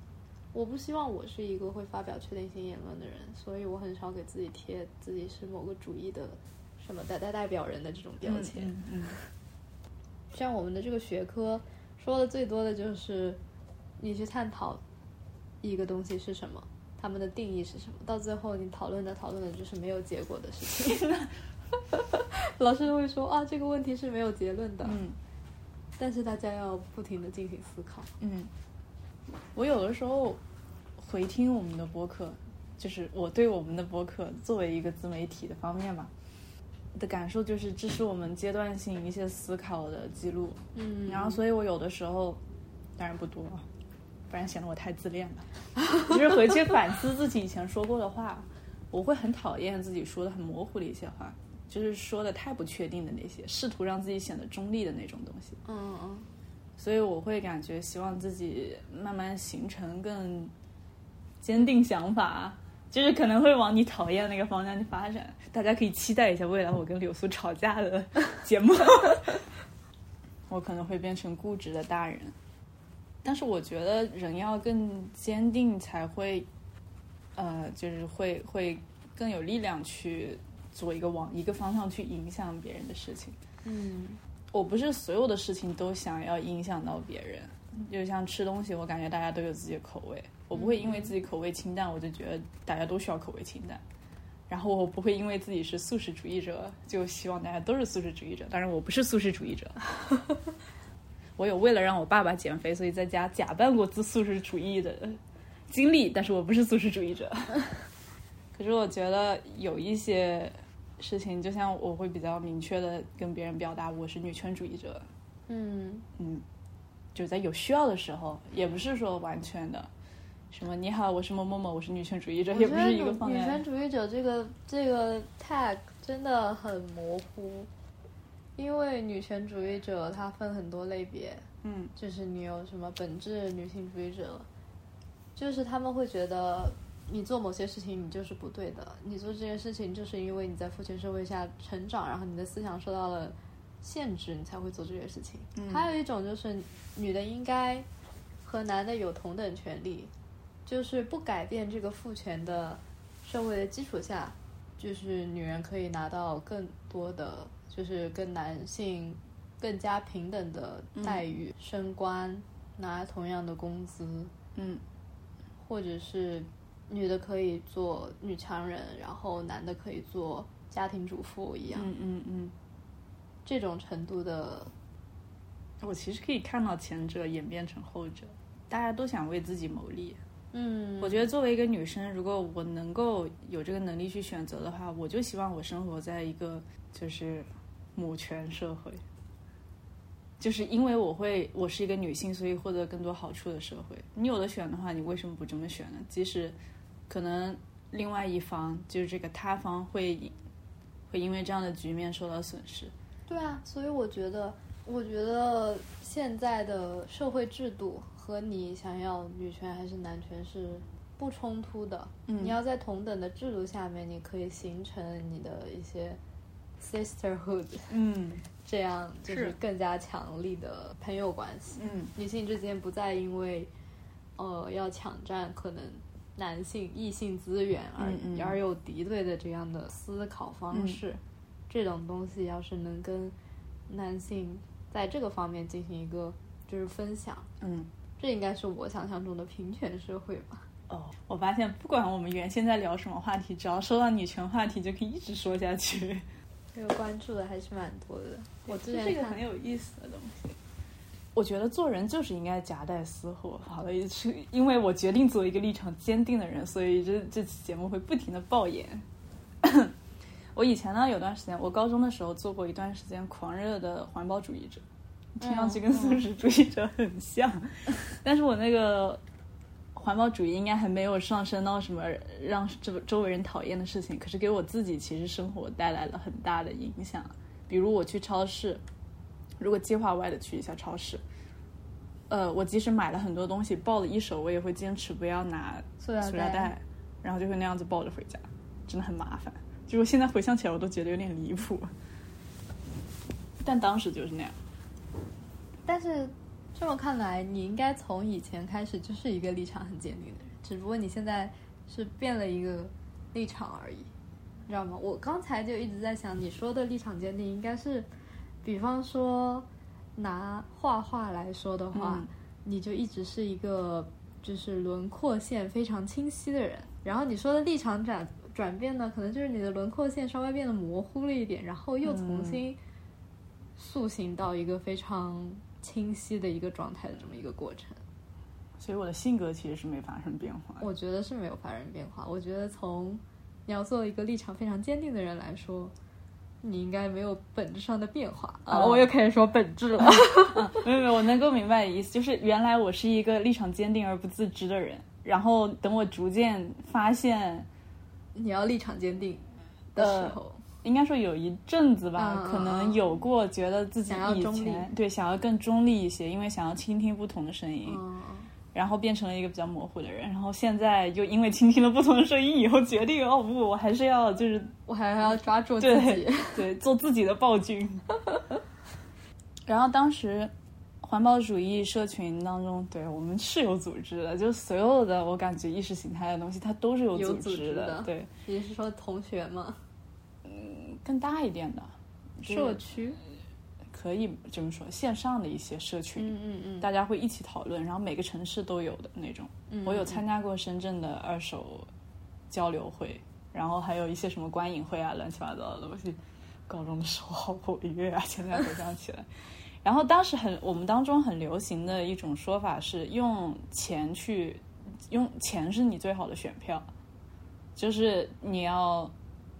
Speaker 1: 我不希望我是一个会发表确定性言论的人，所以我很少给自己贴自己是某个主义的什么代代代表人的这种标签。
Speaker 2: 嗯嗯，
Speaker 1: 像我们的这个学科说的最多的就是你去探讨一个东西是什么，他们的定义是什么，到最后你讨论着讨论着就是没有结果的事情。 老师会说啊，这个问题是没有结论的，
Speaker 2: 嗯
Speaker 1: 但是大家要不停的进行思考。
Speaker 2: 嗯，我有的时候回听我们的播客，就是我对我们的播客作为一个自媒体的方面吧的感受，就是这是我们阶段性一些思考的记录。
Speaker 1: 嗯
Speaker 2: 然后，所以我有的时候，当然不多，不然显得我太自恋了。就是回去反思自己以前说过的话，我会很讨厌自己说的很模糊的一些话，就是说的太不确定的那些，试图让自己显得中立的那种东西。
Speaker 1: 嗯嗯
Speaker 2: 所以我会感觉希望自己慢慢形成更坚定想法，就是可能会往你讨厌的那个方向去发展。大家可以期待一下未来我跟柳苏吵架的节目，我可能会变成固执的大人。但是我觉得人要更坚定，才会，呃，就是会会更有力量去做一个往一个方向去影响别人的事情。
Speaker 1: 嗯
Speaker 2: 我不是所有的事情都想要影响到别人，就像吃东西，我感觉大家都有自己的口味，我不会因为自己口味清淡，我就觉得大家都需要口味清淡。然后我不会因为自己是素食主义者，就希望大家都是素食主义者。当然，我不是素食主义者，我有为了让我爸爸减肥，所以在家假扮过自素食主义的经历，但是我不是素食主义者。 可是我觉得有一些事情，就像我会比较明确的跟别人表达我是女权主义者，
Speaker 1: 嗯
Speaker 2: 嗯，就是在有需要的时候，也不是说完全的，什么你好，我是某某某，我是女权主义者，
Speaker 1: 嗯，
Speaker 2: 也不是一个方
Speaker 1: 女
Speaker 2: 面
Speaker 1: 权。主义者这个这个 tag 真的很模糊，因为女权主义者它分很多类别，
Speaker 2: 嗯
Speaker 1: 就是你有什么本质女性主义者，就是他们会觉得你做某些事情你就是不对的，你做这件事情就是因为你在父权社会下成长，然后你的思想受到了限制，你才会做这件事情。
Speaker 2: 嗯
Speaker 1: 还有一种就是女的应该和男的有同等权利，就是不改变这个父权的社会的基础下，就是女人可以拿到更多的，就是跟男性更加平等的待遇、升官、拿同样的工资，
Speaker 2: 嗯，
Speaker 1: 或者是女的可以做女强人，然后男的可以做家庭主妇一样，
Speaker 2: 嗯嗯嗯，
Speaker 1: 这种程度的，
Speaker 2: 我其实可以看到前者演变成后者，大家都想为自己谋利。
Speaker 1: 嗯，
Speaker 2: 我觉得作为一个女生，如果我能够有这个能力去选择的话，我就希望我生活在一个就是母权社会，就是因为我会我是一个女性，所以获得更多好处的社会。你有的选的话，你为什么不这么选呢？即使可能另外一方就是这个他方会会因为这样的局面受到损失，
Speaker 1: 对啊，所以我觉得，我觉得现在的社会制度和你想要女权还是男权是不冲突的。
Speaker 2: 嗯
Speaker 1: 你要在同等的制度下面，你可以形成你的一些 sisterhood，
Speaker 2: 嗯
Speaker 1: 这样就是
Speaker 2: 是
Speaker 1: 更加强力的朋友关系。
Speaker 2: 嗯
Speaker 1: 女性之间不再因为，呃，要抢占可能男性异性资源而
Speaker 2: 嗯嗯
Speaker 1: 而有敌对的这样的思考方式，这种东西要是能跟男性在这个方面进行一个就是分享，
Speaker 2: 嗯。
Speaker 1: 这应该是我想象中的平权社会吧。
Speaker 2: 哦，我发现不管我们原先在聊什么话题，只要说到女权话题，就可以一直说下去。
Speaker 1: 这个关注的还是蛮多的。我之前
Speaker 2: 这是一个
Speaker 1: 看
Speaker 2: 很有意思的东西。我觉得做人就是应该夹带私货。好了，也是因为我决定做一个立场坚定的人，所以这这期节目会不停的爆言。我以前呢，有段时间，我高中的时候做过一段时间狂热的环保主义者，听上去跟素食主义者很像， 但是我那个环保主义应该还没有上升到什么让周周围人讨厌的事情，可是给我自己其实生活带来了很大的影响。比如我去超市，如果计划外的去一下超市，呃，我即使买了很多东西，抱了一手，我也会坚持不要拿
Speaker 1: 塑料
Speaker 2: 塑料袋，然后就会那样子抱着回家，真的很麻烦。就我现在回想起来，我都觉得有点离谱，但当时就是那样。
Speaker 1: 但是这么看来，你应该从以前开始就是一个立场很坚定的人，只不过你现在是变了一个立场而已，你知道吗？我刚才就一直在想，你说的立场坚定应该是，比方说拿画画来说的话，
Speaker 2: 嗯
Speaker 1: 你就一直是一个就是轮廓线非常清晰的人，然后你说的立场转转变呢，可能就是你的轮廓线稍微变得模糊了一点，然后又重新、塑形到一个非常清晰的一个状态的这么一个过程，
Speaker 2: 所以我的性格其实是没发生变化的。
Speaker 1: 我觉得是没有发生变化。我觉得从你要做一个立场非常坚定的人来说，你应该没有本质上的变化啊！
Speaker 2: 嗯
Speaker 1: 我又开始说本 质了，
Speaker 2: 没有没有，我能够明白你的意思，就是原来我是一个立场坚定而不自知的人，然后等我逐渐发现，
Speaker 1: 你要立场坚定的时候，
Speaker 2: 应该说有一阵子吧，
Speaker 1: 嗯嗯
Speaker 2: 可能有过觉得自己
Speaker 1: 想要
Speaker 2: 以
Speaker 1: 中立
Speaker 2: 前对想要更中立一些，因为想要倾听不同的声音，
Speaker 1: 嗯，
Speaker 2: 然后变成了一个比较模糊的人，然后现在又因为倾听了不同的声音以后，决定哦不，我还是要就是
Speaker 1: 我还要抓住自己
Speaker 2: 对，对做自己的暴君。 然后当时环保主义社群当中，对我们是有组织的，就是所有的我感觉意识形态的东西，它都是有
Speaker 1: 有
Speaker 2: 组
Speaker 1: 组织的
Speaker 2: 对，
Speaker 1: 你是说同学吗？
Speaker 2: 更大一点的
Speaker 1: 社
Speaker 2: 就是
Speaker 1: 区？
Speaker 2: 可以这么说，线上的一些社群，
Speaker 1: 嗯嗯嗯，
Speaker 2: 大家会一起讨论，然后每个城市都有的那种。
Speaker 1: 嗯
Speaker 2: 我有参加过深圳的二手交流会，然后还有一些什么观影会啊，乱七八糟的东西。高中的时候好活跃啊，现在回想起来。 然后当时很，我们当中很流行的一种说法是用钱去，用钱是你最好的选票，就是你要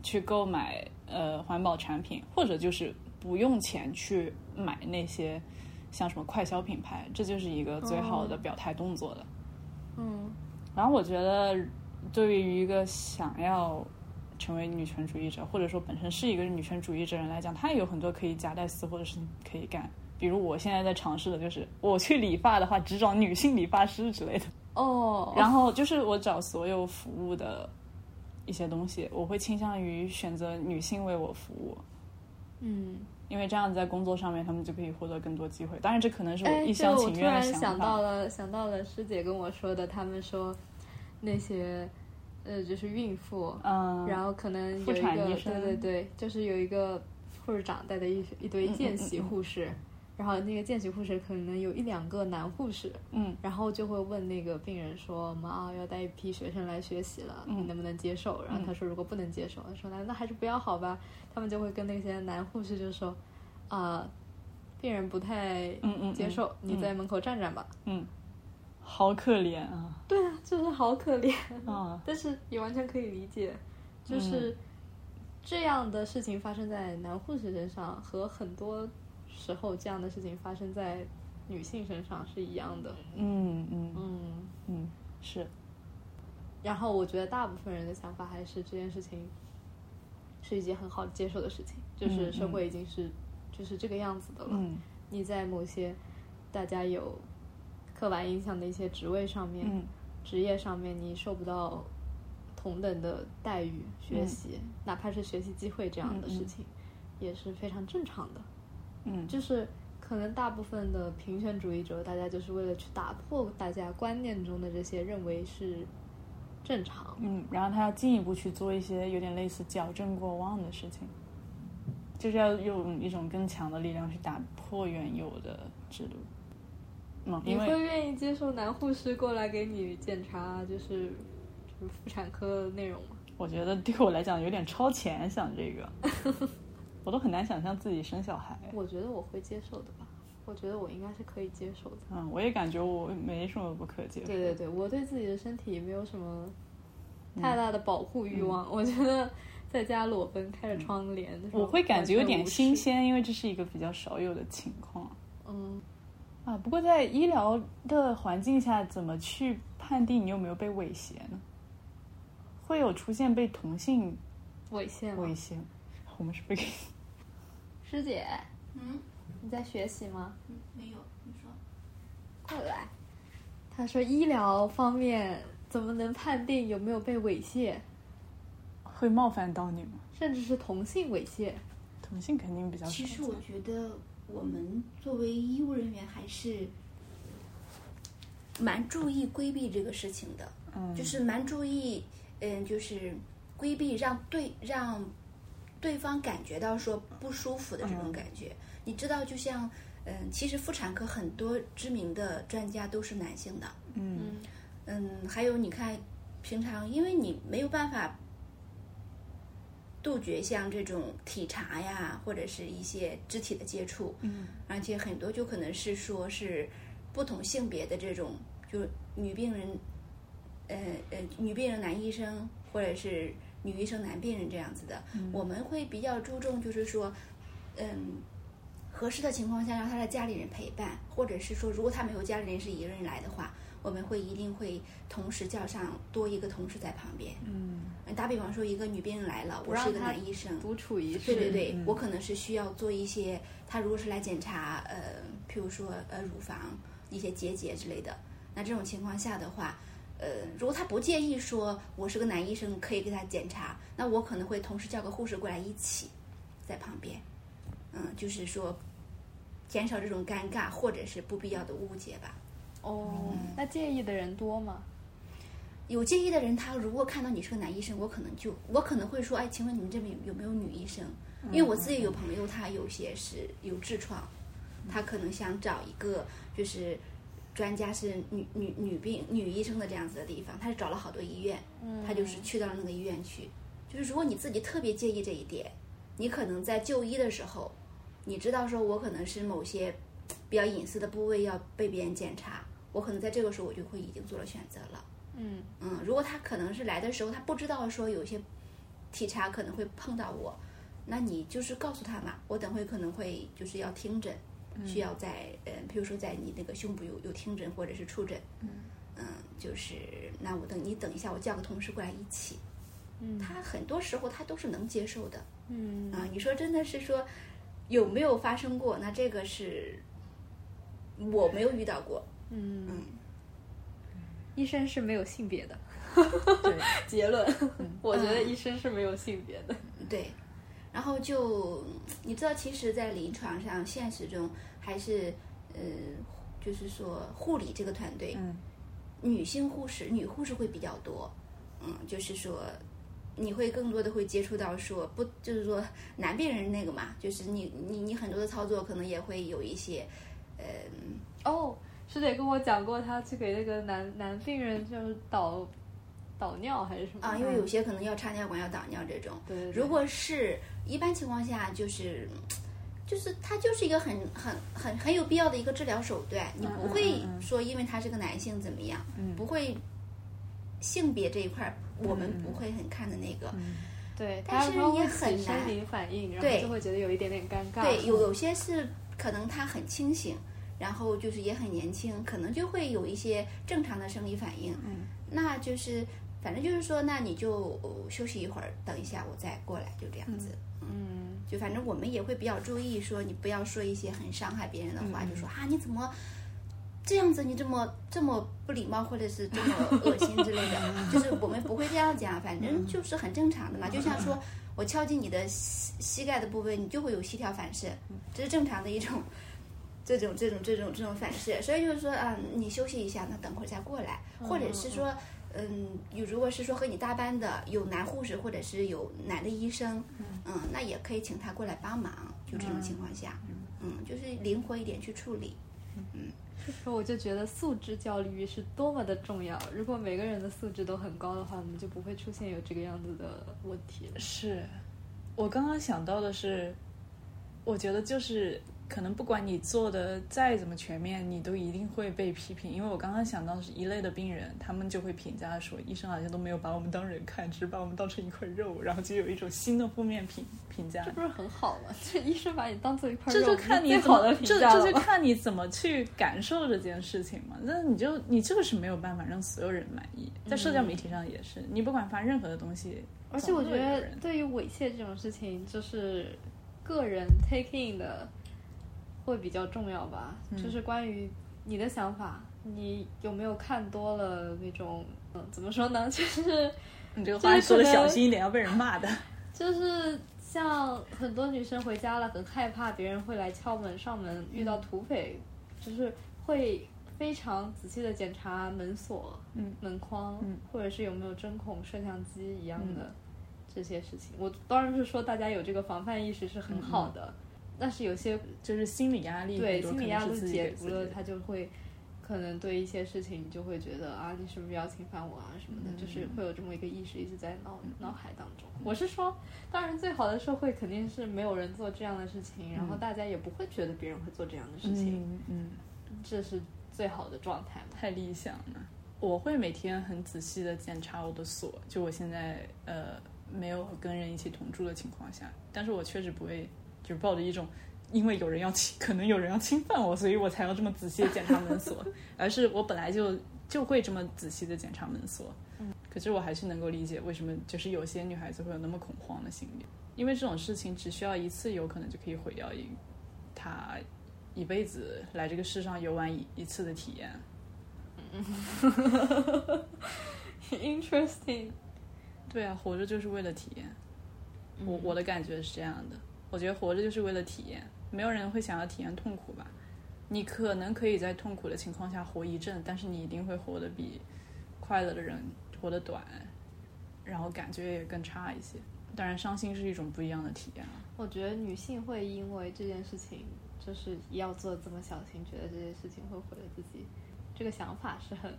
Speaker 2: 去购买呃环保产品，或者就是不用钱去买那些像什么快消品牌，这就是一个最好
Speaker 1: 哦
Speaker 2: 的表态动作的。
Speaker 1: 嗯
Speaker 2: 然后我觉得，对于一个想要成为女权主义者，或者说本身是一个女权主义者人来讲，他也有很多可以夹带私货的事情可以干。比如我现在在尝试的就是，我去理发的话，只找女性理发师 之类的。
Speaker 1: 哦，
Speaker 2: 然后就是我找所有服务的一些东西，我会倾向于选择女性为我服务，
Speaker 1: 嗯。
Speaker 2: 因为这样子在工作上面他们就可以获得更多机会。当然，这可能是我
Speaker 1: 哎，
Speaker 2: 一
Speaker 1: 对，
Speaker 2: 厢
Speaker 1: 我
Speaker 2: 情
Speaker 1: 突
Speaker 2: 愿
Speaker 1: 然
Speaker 2: 的
Speaker 1: 想
Speaker 2: 法
Speaker 1: 到。了，想到了师姐跟我说的，他们说那些呃，就是孕妇，
Speaker 2: 嗯，
Speaker 1: 然后可能有
Speaker 2: 妇
Speaker 1: 一
Speaker 2: 产
Speaker 1: 个
Speaker 2: 医生嗯
Speaker 1: 对对对，就是有一个护士长带的一一堆见习护士，然后那个见习护士可能有一两个男护士，
Speaker 2: 嗯
Speaker 1: 然后就会问那个病人说：“我们啊要带一批学生来学习了，你
Speaker 2: 嗯
Speaker 1: 能不能接受？”然后他说：“如果不能接受，他说那那还是不要好吧。”他们就会跟那些男护士就说：“啊、病人不太
Speaker 2: 嗯嗯，
Speaker 1: 接受，你
Speaker 2: 嗯
Speaker 1: 在门口站站吧。
Speaker 2: 嗯，好可怜啊
Speaker 1: 对啊，就是好可怜，
Speaker 2: 啊，
Speaker 1: 但是也完全可以理解，就
Speaker 2: 嗯
Speaker 1: 是这样的事情发生在男护士身上，和很多时候这样的事情发生在女性身上是一样的。
Speaker 2: 嗯嗯
Speaker 1: 嗯。
Speaker 2: 嗯，是，
Speaker 1: 然后我觉得大部分人的想法还是这件事情是一件很好接受的事情，就是
Speaker 2: 嗯
Speaker 1: 社会已经是、就是这个样子的了。
Speaker 2: 嗯
Speaker 1: 你在某些大家有刻板印象的一些职位上面、
Speaker 2: 嗯
Speaker 1: 职业上面，你受不到同等的待遇、学
Speaker 2: 嗯
Speaker 1: 习，哪怕是学习机会这样的
Speaker 2: 嗯
Speaker 1: 事
Speaker 2: 嗯
Speaker 1: 情，也是非常正常的。
Speaker 2: 嗯，
Speaker 1: 就是可能大部分的平权主义者，大家就是为了去打破大家观念中的这些认为是正常。
Speaker 2: 嗯，然后他要进一步去做一些有点类似矫正过往的事情，就是要用一种更强的力量去打破原有的制度。嗯，
Speaker 1: 你
Speaker 2: 因
Speaker 1: 会
Speaker 2: 为
Speaker 1: 愿意接受男护士过来给你检查，就是就是妇产科的内容吗？
Speaker 2: 我觉得对我来讲有点超前，想这个， 我都很难想象自己生小孩。
Speaker 1: 我觉得我会接受的吧，我觉得我应该是可以接受的。
Speaker 2: 嗯，我也感觉我没什么不可接受。
Speaker 1: 对对对，我对自己的身体没有什么太大的保护欲望，我觉得在家裸奔开着窗帘，就是
Speaker 2: 我会感觉有
Speaker 1: 完
Speaker 2: 点
Speaker 1: 全无视
Speaker 2: 新。鲜，因为这是一个比较少有的情况
Speaker 1: 嗯，
Speaker 2: 啊。不过在医疗的环境下，怎么去判定你有没有被猥亵呢？会有出现被同性
Speaker 1: 猥亵
Speaker 2: 猥
Speaker 1: 吗？
Speaker 2: 亵？我们是被
Speaker 1: 师姐，
Speaker 5: 嗯，
Speaker 1: 你在学习吗？
Speaker 5: 嗯没有，你说
Speaker 1: 过来。他说医疗方面怎么能判定有没有被猥亵，
Speaker 2: 会冒犯到你吗？
Speaker 1: 甚至是同性猥亵？
Speaker 2: 同性肯定比较少见。
Speaker 5: 其实我觉得我们作为医务人员还是蛮注意规避这个事情的，
Speaker 2: 嗯，
Speaker 5: 就是蛮注意，嗯，就是规避让对让对方感觉到说不舒服的这种
Speaker 2: 嗯
Speaker 5: 感觉。你知道，就像嗯，其实妇产科很多知名的专家都是男性的，
Speaker 2: 嗯
Speaker 5: 嗯，还有你看，平常因为你没有办法杜绝像这种体察呀，或者是一些肢体的接触，
Speaker 2: 嗯，
Speaker 5: 而且很多就可能是说是不同性别的这种，就是女病人，呃呃，女病人男医生，或者是女医生男病人这样子的，
Speaker 1: 嗯
Speaker 5: 我们会比较注重就是说，嗯。合适的情况下，让他的家里人陪伴，或者是说，如果他没有家里人是一个人来的话，我们会一定会同时叫上多一个同事在旁边。
Speaker 2: 嗯
Speaker 5: 打比方说，一个女病人来了，
Speaker 1: 不
Speaker 5: 我是一
Speaker 1: 让
Speaker 5: 个
Speaker 1: 她
Speaker 5: 男医生，
Speaker 1: 独处一室，
Speaker 5: 对对对，
Speaker 2: 嗯
Speaker 5: 我可能是需要做一些，她如果是来检查，呃，譬如说呃乳房一些结节之类的，那这种情况下的话。呃，如果她不介意说我是个男医生，可以给她检查，那我可能会同时叫个护士过来一起在旁边，嗯，就是说减少这种尴尬或者是不必要的误解吧。
Speaker 1: 哦，
Speaker 5: 嗯
Speaker 1: 那介意的人多吗？
Speaker 5: 有介意的人，他如果看到你是个男医生，我可能就我可能会说，哎，请问你们这边有有没有女医生？因为我自己有朋友，他有些是有痔疮，他可能想找一个就是专家是女女女病女医生的这样子的地方，他是找了好多医院，他就是去到了那个医院去。就是如果你自己特别介意这一点，你可能在就医的时候，你知道说我可能是某些比较隐私的部位要被别人检查，我可能在这个时候我就会已经做了选择了。
Speaker 1: 嗯，
Speaker 5: 嗯，如果他可能是来的时候他不知道说有些体察可能会碰到我，那你就是告诉他嘛，我等会可能会就是要听诊，需要在嗯，比如说在你那个胸部有有听诊或者是触诊，嗯就是那我等你等一下，我叫个同事过来一起。
Speaker 1: 嗯
Speaker 5: 他很多时候他都是能接受的
Speaker 1: 嗯
Speaker 5: 啊。你说真的是说有没有发生过？那这个是我没有遇到过，
Speaker 1: 嗯
Speaker 5: 嗯，
Speaker 1: 医生是没有性别的。
Speaker 2: 对，
Speaker 1: 结论，
Speaker 5: 嗯
Speaker 1: 我觉得医生是没有性别的。
Speaker 5: 对，然后就你知道，其实，在临床上、现实中，还是呃，就是说护理这个团队，
Speaker 2: 嗯
Speaker 5: 女性护士、女护士会比较多。嗯，就是说，你会更多的会接触到说不就是说男病人那个嘛，就是你你你很多的操作可能也会有一些，呃，
Speaker 1: 哦，师姐跟我讲过，她去给那个男男病人就是导导尿还是什么
Speaker 5: 啊，因为有些可能要插尿管要导尿这种。
Speaker 1: 对对对
Speaker 5: 如果是一般情况下，就是就是它就是一个很很很很有必要的一个治疗手段，你不会说因为他是个男性怎么样，不会性别这一块儿我们不会很看的那个。
Speaker 1: 对，
Speaker 5: 但
Speaker 1: 她
Speaker 5: 是
Speaker 1: 说
Speaker 5: 也
Speaker 1: 会
Speaker 5: 很
Speaker 1: 起生
Speaker 5: 难
Speaker 1: 理反应，然后
Speaker 5: 对
Speaker 1: 就会觉得有一点点尴尬。
Speaker 5: 对，有有些是可能他很清醒，然后就是也很年轻，可能就会有一些正常的生理反应。嗯，那就是反正就是说，那你就呃休息一会儿，等一下我再过来，就这样子。
Speaker 1: 嗯，
Speaker 5: 就反正我们也会比较注意，说你不要说一些很伤害别人的话，就说啊你怎么这样子，你这么这么不礼貌，或者是这么恶心之类的， 就是我们不会这样讲，反正就是很正常的嘛。就像说我敲击你的膝膝盖的部位，你就会有膝跳反射，这是正常的一种。这种这种这种这种反射，所以就是说啊，你休息一下，那等会儿再过来，或者是说，嗯，有如果是说和你搭班的有男护士或者是有男的医生，嗯，那也可以请他过来帮忙，就这种情况下，嗯，就是灵活一点去处理。
Speaker 1: 所以我就觉得素质教育是多么的重要。如果每个人的素质都很高的话，我们就不会出现有这个样子的问题了。
Speaker 2: 是我刚刚想到的是，我觉得就是可能不管你做的再怎么全面，你都一定会被批评。因为我刚刚想到是一类的病人，他们就会评价说，医生好像都没有把我们当人看，只是把我们当成一块肉，然后就有一种新的负面评评价
Speaker 1: 这。不是很好吗？这医生把你当做一块肉，
Speaker 2: 这就
Speaker 1: 不是
Speaker 2: 看你
Speaker 1: 最
Speaker 2: 怎么
Speaker 1: 好的评
Speaker 2: 这
Speaker 1: 价
Speaker 2: 这
Speaker 1: 了
Speaker 2: 就
Speaker 1: 吗？
Speaker 2: 看你怎么去感受这件事情嘛。那你就你就是没有办法让所有人满意，在社交
Speaker 1: 嗯
Speaker 2: 媒体上也是，你不管发任何的东西，
Speaker 1: 而且我
Speaker 2: 总
Speaker 1: 觉
Speaker 2: 会有
Speaker 1: 得
Speaker 2: 人
Speaker 1: 对于猥亵这种事情，就是个人 taking 的会比较重要吧，
Speaker 2: 嗯
Speaker 1: 就是关于你的想法。你有没有看多了那种，嗯，怎么说呢？就是
Speaker 2: 你这
Speaker 1: 就是
Speaker 2: 个话说
Speaker 1: 可
Speaker 2: 的
Speaker 1: 能
Speaker 2: 小心一点，要被人骂的。
Speaker 1: 就是像很多女生回家了，很害怕别人会来敲门、上门，遇到土匪，就是会非常仔细的检查门锁、
Speaker 2: 嗯
Speaker 1: 门框，
Speaker 2: 嗯
Speaker 1: 或者是有没有针孔、摄像机一样的、这些事情。我当然是说大家有这个防范意识是很好的，
Speaker 2: 嗯
Speaker 1: 但是有些
Speaker 2: 就是心理压力
Speaker 1: 对
Speaker 2: 很多
Speaker 1: 心
Speaker 2: 可
Speaker 1: 理
Speaker 2: 能
Speaker 1: 压
Speaker 2: 是
Speaker 1: 力
Speaker 2: 自己
Speaker 1: 解
Speaker 2: 给自
Speaker 1: 读了，
Speaker 2: 己的
Speaker 1: 他就会可能对一些事情就会觉得啊，你是不是要侵犯我啊什么的，
Speaker 2: 嗯
Speaker 1: 就是会有这么一个意识一直在脑脑海当中。我是说，当然最好的社会肯定是没有人做这样的事情，然后大家也不会觉得别人会做这样的事情，
Speaker 2: 嗯嗯，
Speaker 1: 这是最好的状态嘛。
Speaker 2: 太理想了。我会每天很仔细的检查我的锁，就我现在呃没有跟人一起同住的情况下，但是我确实不会就是抱着一种因为有人要侵，可能有人要侵犯我，所以我才要这么仔细的检查门锁，而是我本来就就会这么仔细的检查门锁。可是我还是能够理解为什么就是有些女孩子会有那么恐慌的心理，因为这种事情只需要一次，有可能就可以毁掉一她一辈子来这个世上游玩一一次的体验。
Speaker 1: Interesting，
Speaker 2: 对啊，活着就是为了体验。我我的感觉是这样的，我觉得活着就是为了体验，没有人会想要体验痛苦吧？你可能可以在痛苦的情况下活一阵，但是你一定会活得比快乐的人活得短，然后感觉也更差一些。当然，伤心是一种不一样的体验啊。
Speaker 1: 我觉得女性会因为这件事情就是要做这么小心，觉得这件事情会毁了自己，这个想法是很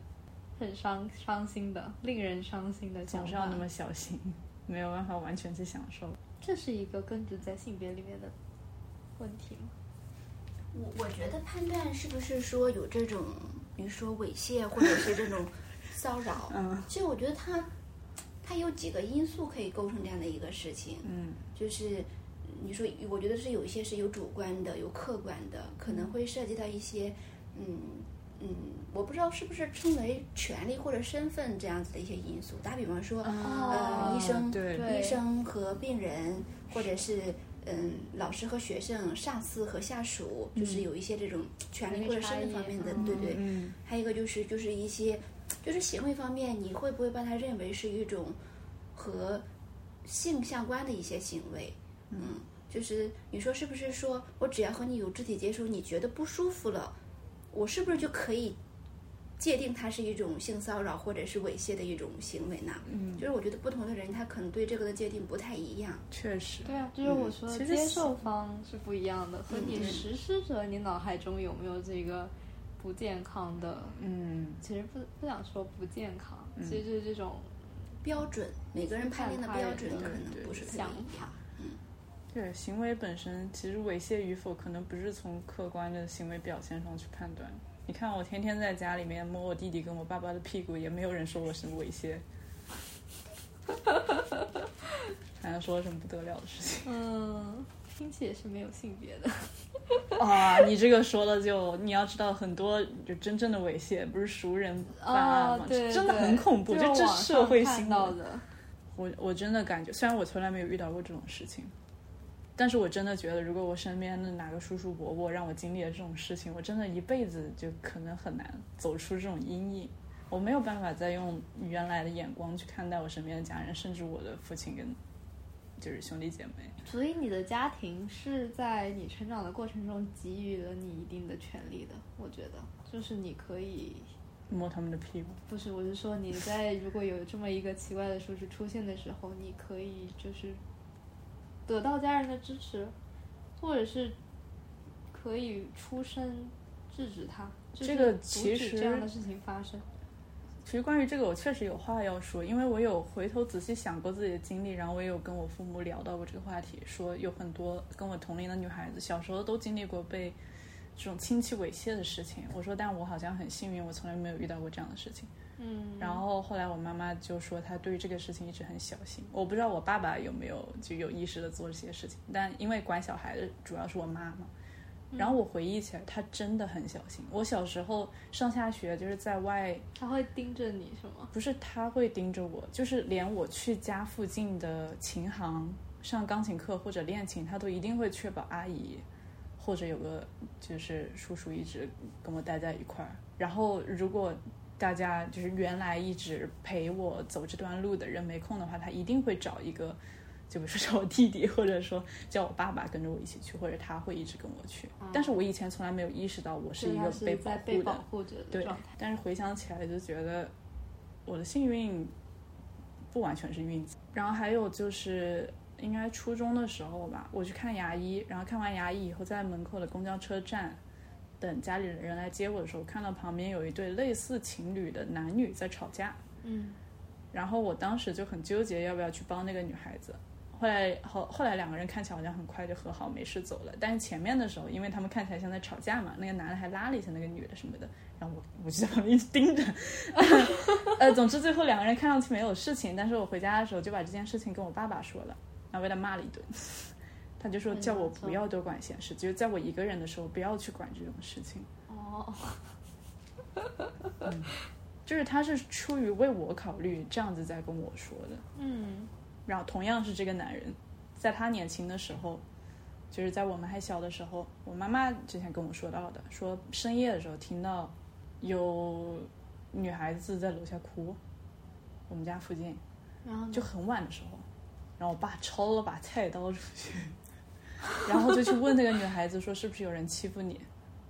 Speaker 1: 很伤伤心的，令人伤心的想
Speaker 2: 总
Speaker 1: 法。
Speaker 2: 是要那么小心， 没有办法完全去享受。
Speaker 1: 这是一个根植在性别里面的问题吗？
Speaker 5: 我我觉得判断是不是说有这种，比如说猥亵或者是这种骚扰，
Speaker 2: 嗯
Speaker 5: 其实我觉得它它有几个因素可以构成这样的一个事情，
Speaker 2: 嗯，
Speaker 5: 就是你说，我觉得是有一些是有主观的，有客观的，可
Speaker 2: 嗯
Speaker 5: 能会涉及到一些，嗯嗯，我不知道是不是称为权利或者身份这样子的一些因素。打比方说，
Speaker 1: 哦
Speaker 5: 呃，医生
Speaker 2: 对
Speaker 1: 对
Speaker 5: 医生和病人，或者是嗯，老师和学生，上司和下属，就是有一些这种嗯权利或者身份方面的，
Speaker 1: 嗯
Speaker 5: 对对。
Speaker 2: 嗯，
Speaker 5: 还有一个就是就是一些就是行为方面，你会不会把它认为是一种和性相关的一些行为？嗯，就是你说是不是说我只要和你有肢体接触，你觉得不舒服了，我是不是就可以界定它是一种性骚扰或者是猥亵的一种行为呢？嗯，就是我觉得不同的人他可能对这个的界定不太一样。
Speaker 2: 确实，
Speaker 1: 对啊，就是我说的
Speaker 2: 嗯其实嗯
Speaker 1: 接受方是不一样的，和你实施者你脑海中有没有这个不健康的，
Speaker 2: 嗯，
Speaker 1: 其实不不想说不健康，其实就是这种
Speaker 5: 标准，每个人判定的
Speaker 1: 看他
Speaker 5: 标
Speaker 1: 人
Speaker 5: 准
Speaker 1: 的
Speaker 5: 可能
Speaker 2: 对
Speaker 5: 不是特别
Speaker 1: 想
Speaker 5: 一
Speaker 1: 法
Speaker 5: 样。。
Speaker 2: 对，行为本身其实猥亵与否，可能不是从客观的行为表现上去判断。你看，我天天在家里面摸我弟弟跟我爸爸的屁股，也没有人说我是猥亵， 好像说什么不得了的事情
Speaker 1: 嗯，听起来是没有性别的。
Speaker 2: 啊！你这个说了就，你要知道，很多就真正的猥亵不是熟人办案
Speaker 1: 哦
Speaker 2: 吗？，
Speaker 1: 对，
Speaker 2: 真的
Speaker 1: 对
Speaker 2: 很恐怖，
Speaker 1: 就是
Speaker 2: 这这
Speaker 1: 网
Speaker 2: 社
Speaker 1: 上
Speaker 2: 会
Speaker 1: 看
Speaker 2: 新
Speaker 1: 到
Speaker 2: 闻。
Speaker 1: 的。
Speaker 2: 我我真的感觉，虽然我从来没有遇到过这种事情，但是我真的觉得，如果我身边的哪个叔叔伯伯让我经历了这种事情，我真的一辈子就可能很难走出这种阴影。我没有办法再用原来的眼光去看待我身边的家人，甚至我的父亲跟就是兄弟姐妹。
Speaker 1: 所以你的家庭是在你成长的过程中给予了你一定的权利的，我觉得，就是你可以，
Speaker 2: 摸他们的屁股，
Speaker 1: 不是，我是说你在如果有这么一个奇怪的数值出现的时候，你可以就是得到家人的支持，或者是可以出声制止他，就是
Speaker 2: 这个
Speaker 1: 阻
Speaker 2: 其
Speaker 1: 止
Speaker 2: 实
Speaker 1: 这样的事情发生。
Speaker 2: 其实关于这个，我确实有话要说，因为我有回头仔细想过自己的经历，然后我也有跟我父母聊到过这个话题，说有很多跟我同龄的女孩子小时候都经历过被这种亲戚猥亵的事情。我说，但我好像很幸运，我从来没有遇到过这样的事情。
Speaker 1: 嗯，
Speaker 2: 然后后来我妈妈就说，她对于这个事情一直很小心。我不知道我爸爸有没有就有意识的做这些事情，但因为管小孩的主要是我妈妈。然后我回忆起来，她真的很小心。我小时候上下学就是在外
Speaker 1: 他会盯着你是吗？
Speaker 2: 不是他会盯着我，就是连我去家附近的琴行上钢琴课或者练琴，他都一定会确保阿姨或者有个就是叔叔一直跟我待在一块儿。然后如果大家就是原来一直陪我走这段路的人没空的话，他一定会找一个，就比如说找我弟弟，或者说叫我爸爸跟着我一起去，或者他会一直跟我去。但是我以前从来没有意识到我是
Speaker 1: 啊对
Speaker 2: 一
Speaker 1: 他
Speaker 2: 个
Speaker 1: 是
Speaker 2: 被保
Speaker 1: 在
Speaker 2: 护
Speaker 1: 被
Speaker 2: 的
Speaker 1: 保，护着的
Speaker 2: 对
Speaker 1: 状态。，
Speaker 2: 但是回想起来就觉得我的幸运不完全是运气。然后还有就是，应该初中的时候吧，我去看牙医，然后看完牙医以后，在门口的公交车站等家里人来接我的时候，看到旁边有一对类似情侣的男女在吵架。
Speaker 1: 嗯，
Speaker 2: 然后我当时就很纠结要不要去帮那个女孩子。后来后后来两个人看起来好像很快就和好，没事走了。但是前面的时候，因为他们看起来像在吵架嘛，那个男的还拉了一下那个女的什么的，然后我我就在旁边一直盯着。 呃，总之最后两个人看上去没有事情，但是我回家的时候就把这件事情跟我爸爸说了，然后被他骂了一顿。 他就说叫我不要多管闲事，就是在我一个人的时候不要去管这种事情。
Speaker 1: 哦，
Speaker 2: 就是他是出于为我考虑这样子在跟我说的。
Speaker 1: 嗯。
Speaker 2: 然后同样是这个男人，在他年轻的时候，就是在我们还小的时候，我妈妈之前跟我说到的，说深夜的时候听到有女孩子在楼下哭，我们家附近，
Speaker 1: 然后呢
Speaker 2: 就很晚的时候，然后我爸抄了把菜刀出去， 然后就去问那个女孩子说是不是有人欺负你，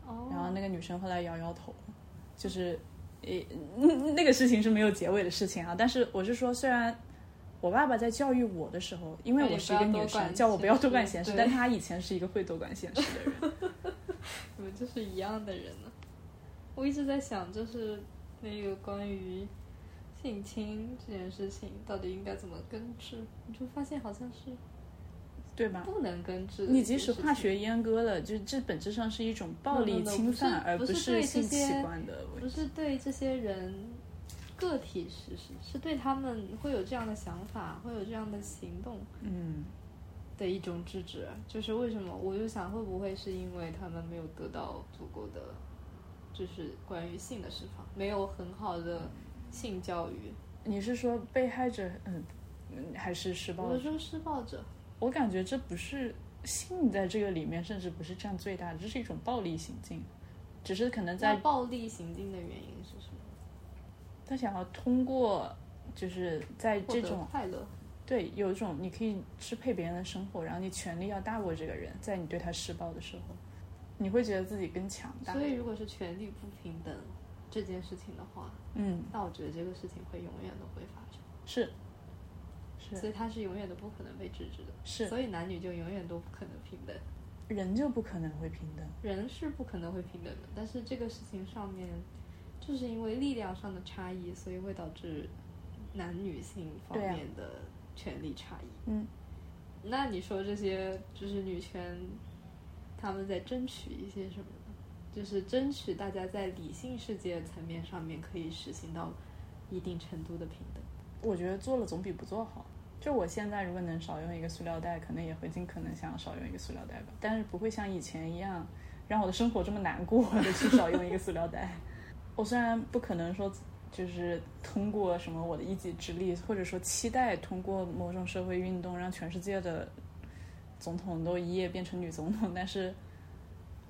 Speaker 1: 哦，
Speaker 2: 然后那个女生后来摇摇头，就是，诶，嗯那个事情是没有结尾的事情啊。但是我是说，虽然我爸爸在教育我的时候，因为
Speaker 1: 那
Speaker 2: 我
Speaker 1: 你
Speaker 2: 是
Speaker 1: 不要
Speaker 2: 一个
Speaker 1: 多
Speaker 2: 女
Speaker 1: 管
Speaker 2: 生，叫我不要多管
Speaker 1: 闲
Speaker 2: 闲
Speaker 1: 事
Speaker 2: 事，
Speaker 1: 对
Speaker 2: 但他以前是一个会多管 闲事的人。
Speaker 1: 你们就是一样的人呢、我一直在想，就是那个关于性侵这件事情，到底应该怎么根治？你就发现好像是
Speaker 2: 对吧？
Speaker 1: 不能根治的
Speaker 2: 你
Speaker 1: 一
Speaker 2: 即
Speaker 1: 件
Speaker 2: 使
Speaker 1: 事
Speaker 2: 化
Speaker 1: 情，
Speaker 2: 学阉割了，就这本质上是一种暴
Speaker 1: No, no,
Speaker 2: 力
Speaker 1: no，
Speaker 2: 侵
Speaker 1: 不是
Speaker 2: 犯，而
Speaker 1: 不是
Speaker 2: 是
Speaker 1: 对
Speaker 2: 性
Speaker 1: 这
Speaker 2: 器
Speaker 1: 些
Speaker 2: 官的问
Speaker 1: 不
Speaker 2: 题。
Speaker 1: 是对这些人个体实施，是对他们会有这样的想法，会有这样的行动
Speaker 2: 嗯，
Speaker 1: 的一种制止。啊就是为什么，我就想会不会是因为他们没有得到足够的，就是关于性的释放，没有很好的性教育。
Speaker 2: 你是说被害者，嗯，嗯还是施暴
Speaker 1: 我
Speaker 2: 者
Speaker 1: 是？说施暴者，
Speaker 2: 我感觉这不是性在这个里面，甚至不是占最大的，这是一种暴力行径，只是可能
Speaker 1: 那
Speaker 2: 在
Speaker 1: 暴力行径的原因是什么？
Speaker 2: 他想要通过，就是在
Speaker 1: 获
Speaker 2: 这
Speaker 1: 得
Speaker 2: 种
Speaker 1: 快乐。
Speaker 2: 对有一种你可以支配别人的生活，然后你权力要大过这个人，在你对他施暴的时候，你会觉得自己更强大
Speaker 1: 所。以如果是权力不平等，这件事情的话，
Speaker 2: 嗯，
Speaker 1: 那我觉得这个事情会永远都会发生，
Speaker 2: 是
Speaker 1: 所
Speaker 2: 是
Speaker 1: 以它是永远都不可能被制止的。
Speaker 2: 是
Speaker 1: 所以男女就永远都不可能平等，
Speaker 2: 人就不可能会平等，
Speaker 1: 人是不可能会平等的。但是这个事情上面，就是因为力量上的差异，所以会导致男女性方
Speaker 2: 对啊
Speaker 1: 面的权利差异。
Speaker 2: 嗯，
Speaker 1: 那你说这些就是女权，他们在争取一些什么呢？就是争取大家在理性世界层面上面可以实行到一定程度的平等。
Speaker 2: 我觉得做了总比不做好。就我现在如果能少用一个塑料袋，可能也会尽可能想要少用一个塑料袋吧，但是不会像以前一样让我的生活这么难过的去少用一个塑料袋。 我虽然不可能说就是通过什么我的一己之力，或者说期待通过某种社会运动让全世界的总统都一夜变成女总统，但是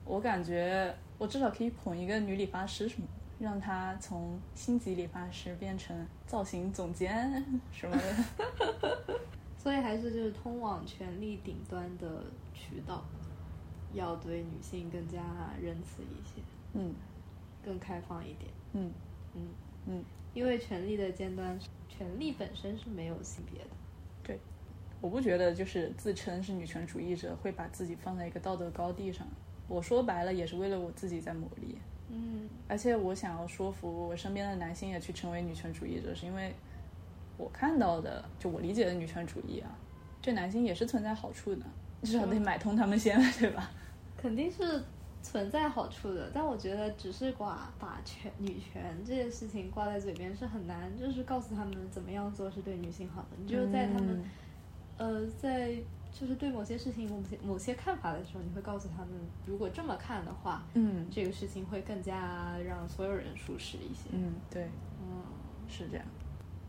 Speaker 2: 我感觉我至少可以捧一个女理发师什么，让她从星级理发师变成造型总监什么的。
Speaker 1: 所以还是就是通往权力顶端的渠道，要对女性更加仁慈一些，
Speaker 2: 嗯
Speaker 1: 更开放一点。
Speaker 2: 嗯
Speaker 1: 嗯，
Speaker 2: 嗯，
Speaker 1: 因为权力的尖端是，权力本身是没有性别的。
Speaker 2: 对，我不觉得就是自称是女权主义者会把自己放在一个道德高地上。我说白了也是为了我自己在努力，
Speaker 1: 嗯，
Speaker 2: 而且我想要说服我身边的男性也去成为女权主义者，是因为我看到的，就我理解的女权主义啊，对男性也是存在好处的，至少
Speaker 1: 啊
Speaker 2: 得买通他们先，对吧？
Speaker 1: 肯定是存在好处的，但我觉得只是挂把权女权这件事情挂在嘴边是很难，就是告诉他们怎么样做是对女性好的。你只有在他
Speaker 2: 嗯
Speaker 1: 们、呃在就是对某些事情某些某些看法的时候，你会告诉他们，如果这么看的话，
Speaker 2: 嗯
Speaker 1: 这个事情会更加让所有人舒适一些。
Speaker 2: 嗯，对，
Speaker 1: 嗯，
Speaker 2: 是 这样。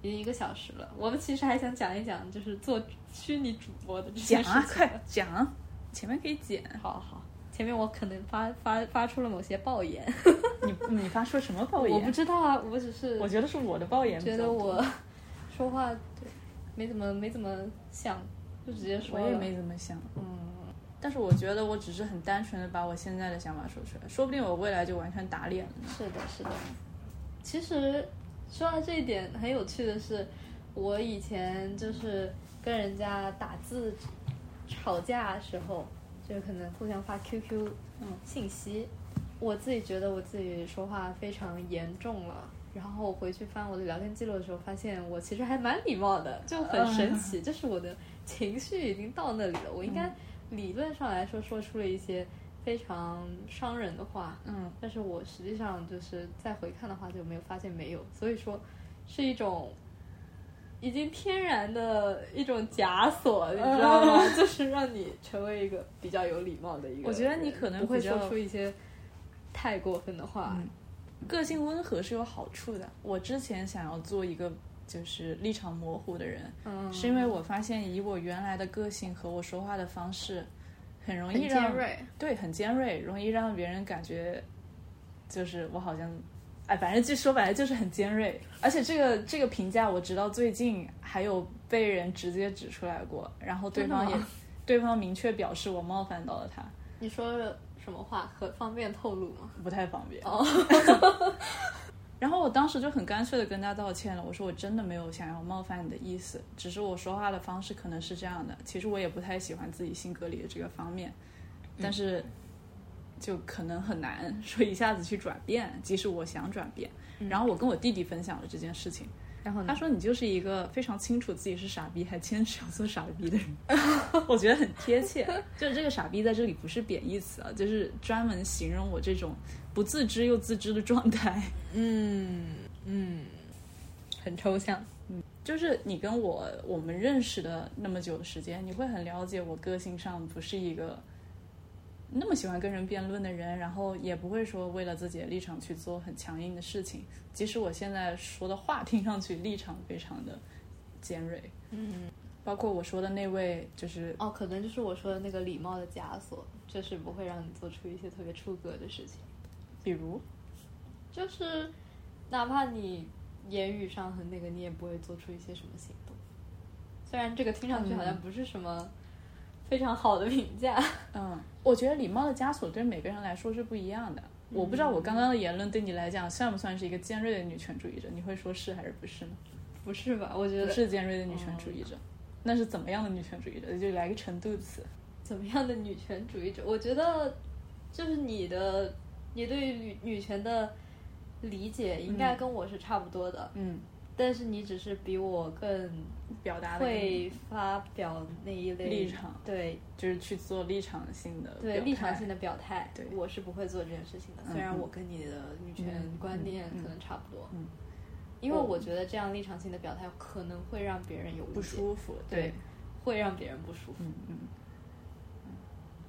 Speaker 1: 已经一个小时了，我们其实还想讲一讲就是做虚拟主播的这件
Speaker 2: 讲
Speaker 1: 事
Speaker 2: 啊，
Speaker 1: 情。
Speaker 2: 快讲，前面可以剪。
Speaker 1: 好好，前面我可能发发发出了某些暴言。
Speaker 2: 你你发出什么爆
Speaker 1: 我
Speaker 2: 言？
Speaker 1: 不知道啊，我只是
Speaker 2: 我觉得是我的爆言比较
Speaker 1: 觉
Speaker 2: 多。
Speaker 1: 得我说话没怎么没怎么想，就直接说
Speaker 2: 我
Speaker 1: 了。
Speaker 2: 也没怎么想，
Speaker 1: 嗯，
Speaker 2: 但是我觉得我只是很单纯的把我现在的想法说出来，说不定我未来就完全打脸了呢。
Speaker 1: 是的，是的。其实说到这一点，很有趣的是，我以前就是跟人家打字吵架的时候，就是可能互相发 QQ 信息，我自己觉得我自己说话非常严重了。然后我回去翻我的聊天记录的时候，发现我其实还蛮礼貌的，就很神奇。就是我的情绪已经到那里了，我应该理论上来说说出了一些非常伤人的话，
Speaker 2: 嗯，
Speaker 1: 但是我实际上就是再回看的话，就没有发现没有，所以说是一种已经天然的一种枷锁，你知道吗？ 就是让你成为一个比较有礼貌的一个人。
Speaker 2: 我觉得你可能
Speaker 1: 不会
Speaker 2: 比较
Speaker 1: 说出一些太过分的话。
Speaker 2: 个性温和是有好处的。我之前想要做一个就是立场模糊的人，
Speaker 1: 嗯，
Speaker 2: 是因为我发现以我原来的个性和我说话的方式，很容易
Speaker 5: 很尖
Speaker 2: 让
Speaker 5: 锐，
Speaker 2: 对很尖锐，容易让别人感觉就是我好像。哎，反正就说白了就是很尖锐，而且这个这个评价我直到最近还有被人直接指出来过，然后对
Speaker 1: 真的
Speaker 2: 方也
Speaker 1: 吗
Speaker 2: 对方明确表示我冒犯到了他，
Speaker 1: 你说了什么话可方便透露吗？
Speaker 2: 不太方便。
Speaker 1: 哦，
Speaker 2: 然后我当时就很干脆的跟他道歉了，我说我真的没有想要冒犯你的意思，只是我说话的方式可能是这样的。其实我也不太喜欢自己性格里的这个方面，但是就可能很难 说一下子去转变，即使我想转变。然后我跟我弟弟分享了这件事情，
Speaker 1: 然后
Speaker 2: 他
Speaker 1: 呢？
Speaker 2: 说你就是一个非常清楚自己是傻逼，还坚持要做傻逼的人， 我觉得很贴切。就是这个傻逼在这里不是贬义词啊，就是专门形容我这种不自知又自知的状态。
Speaker 1: 嗯嗯，很抽象。
Speaker 2: 就是你跟我我们认识的那么久的时间，你会很了解我个性上不是一个那么喜欢跟人辩论的人，然后也不会说为了自己的立场去做很强硬的事情。即使我现在说的话听上去立场非常的尖锐，
Speaker 1: 嗯，
Speaker 2: 包括我说的那位就是
Speaker 1: 哦，可能就是我说的那个礼貌的枷锁，就是不会让你做出一些特别出格的事情。
Speaker 2: 比如，
Speaker 1: 就是哪怕你言语上很那个，你也不会做出一些什么行动。虽然这个听上去好
Speaker 2: 嗯
Speaker 1: 像不是什么非常好的评价，
Speaker 2: 嗯，我觉得礼貌的枷锁对每个人来说是不一样的。我不知道我刚刚的言论对你来讲算不算是一个尖锐的女权主义者？你会说是还是不是呢？
Speaker 1: 不是吧？我觉
Speaker 2: 不
Speaker 1: 得哦
Speaker 2: 是尖锐的女权主义者，那是怎么样的女权主义者？就来个程度词。
Speaker 1: 怎么样的女权主义者？我觉得，就是你的，你对于女女权的理解应该跟我是差不多的，
Speaker 2: 嗯，
Speaker 1: 但是你只是比我更
Speaker 2: 表达的
Speaker 1: 会发表那一类
Speaker 2: 立场
Speaker 1: 对
Speaker 2: 就是去做立场性的
Speaker 1: 对
Speaker 2: 呃表
Speaker 1: 立场
Speaker 2: 态
Speaker 1: 性的表态。
Speaker 2: 对
Speaker 1: 我是不会做这件事情的，虽然我跟你的女权
Speaker 2: 嗯
Speaker 1: 观念
Speaker 2: 嗯
Speaker 1: 可能差不多，
Speaker 2: 嗯
Speaker 1: 因为我觉得这样立场性的表态可能会让别人有
Speaker 2: 不
Speaker 1: 服，
Speaker 2: 舒服，
Speaker 1: 对，会让别人不舒服。
Speaker 2: 嗯嗯，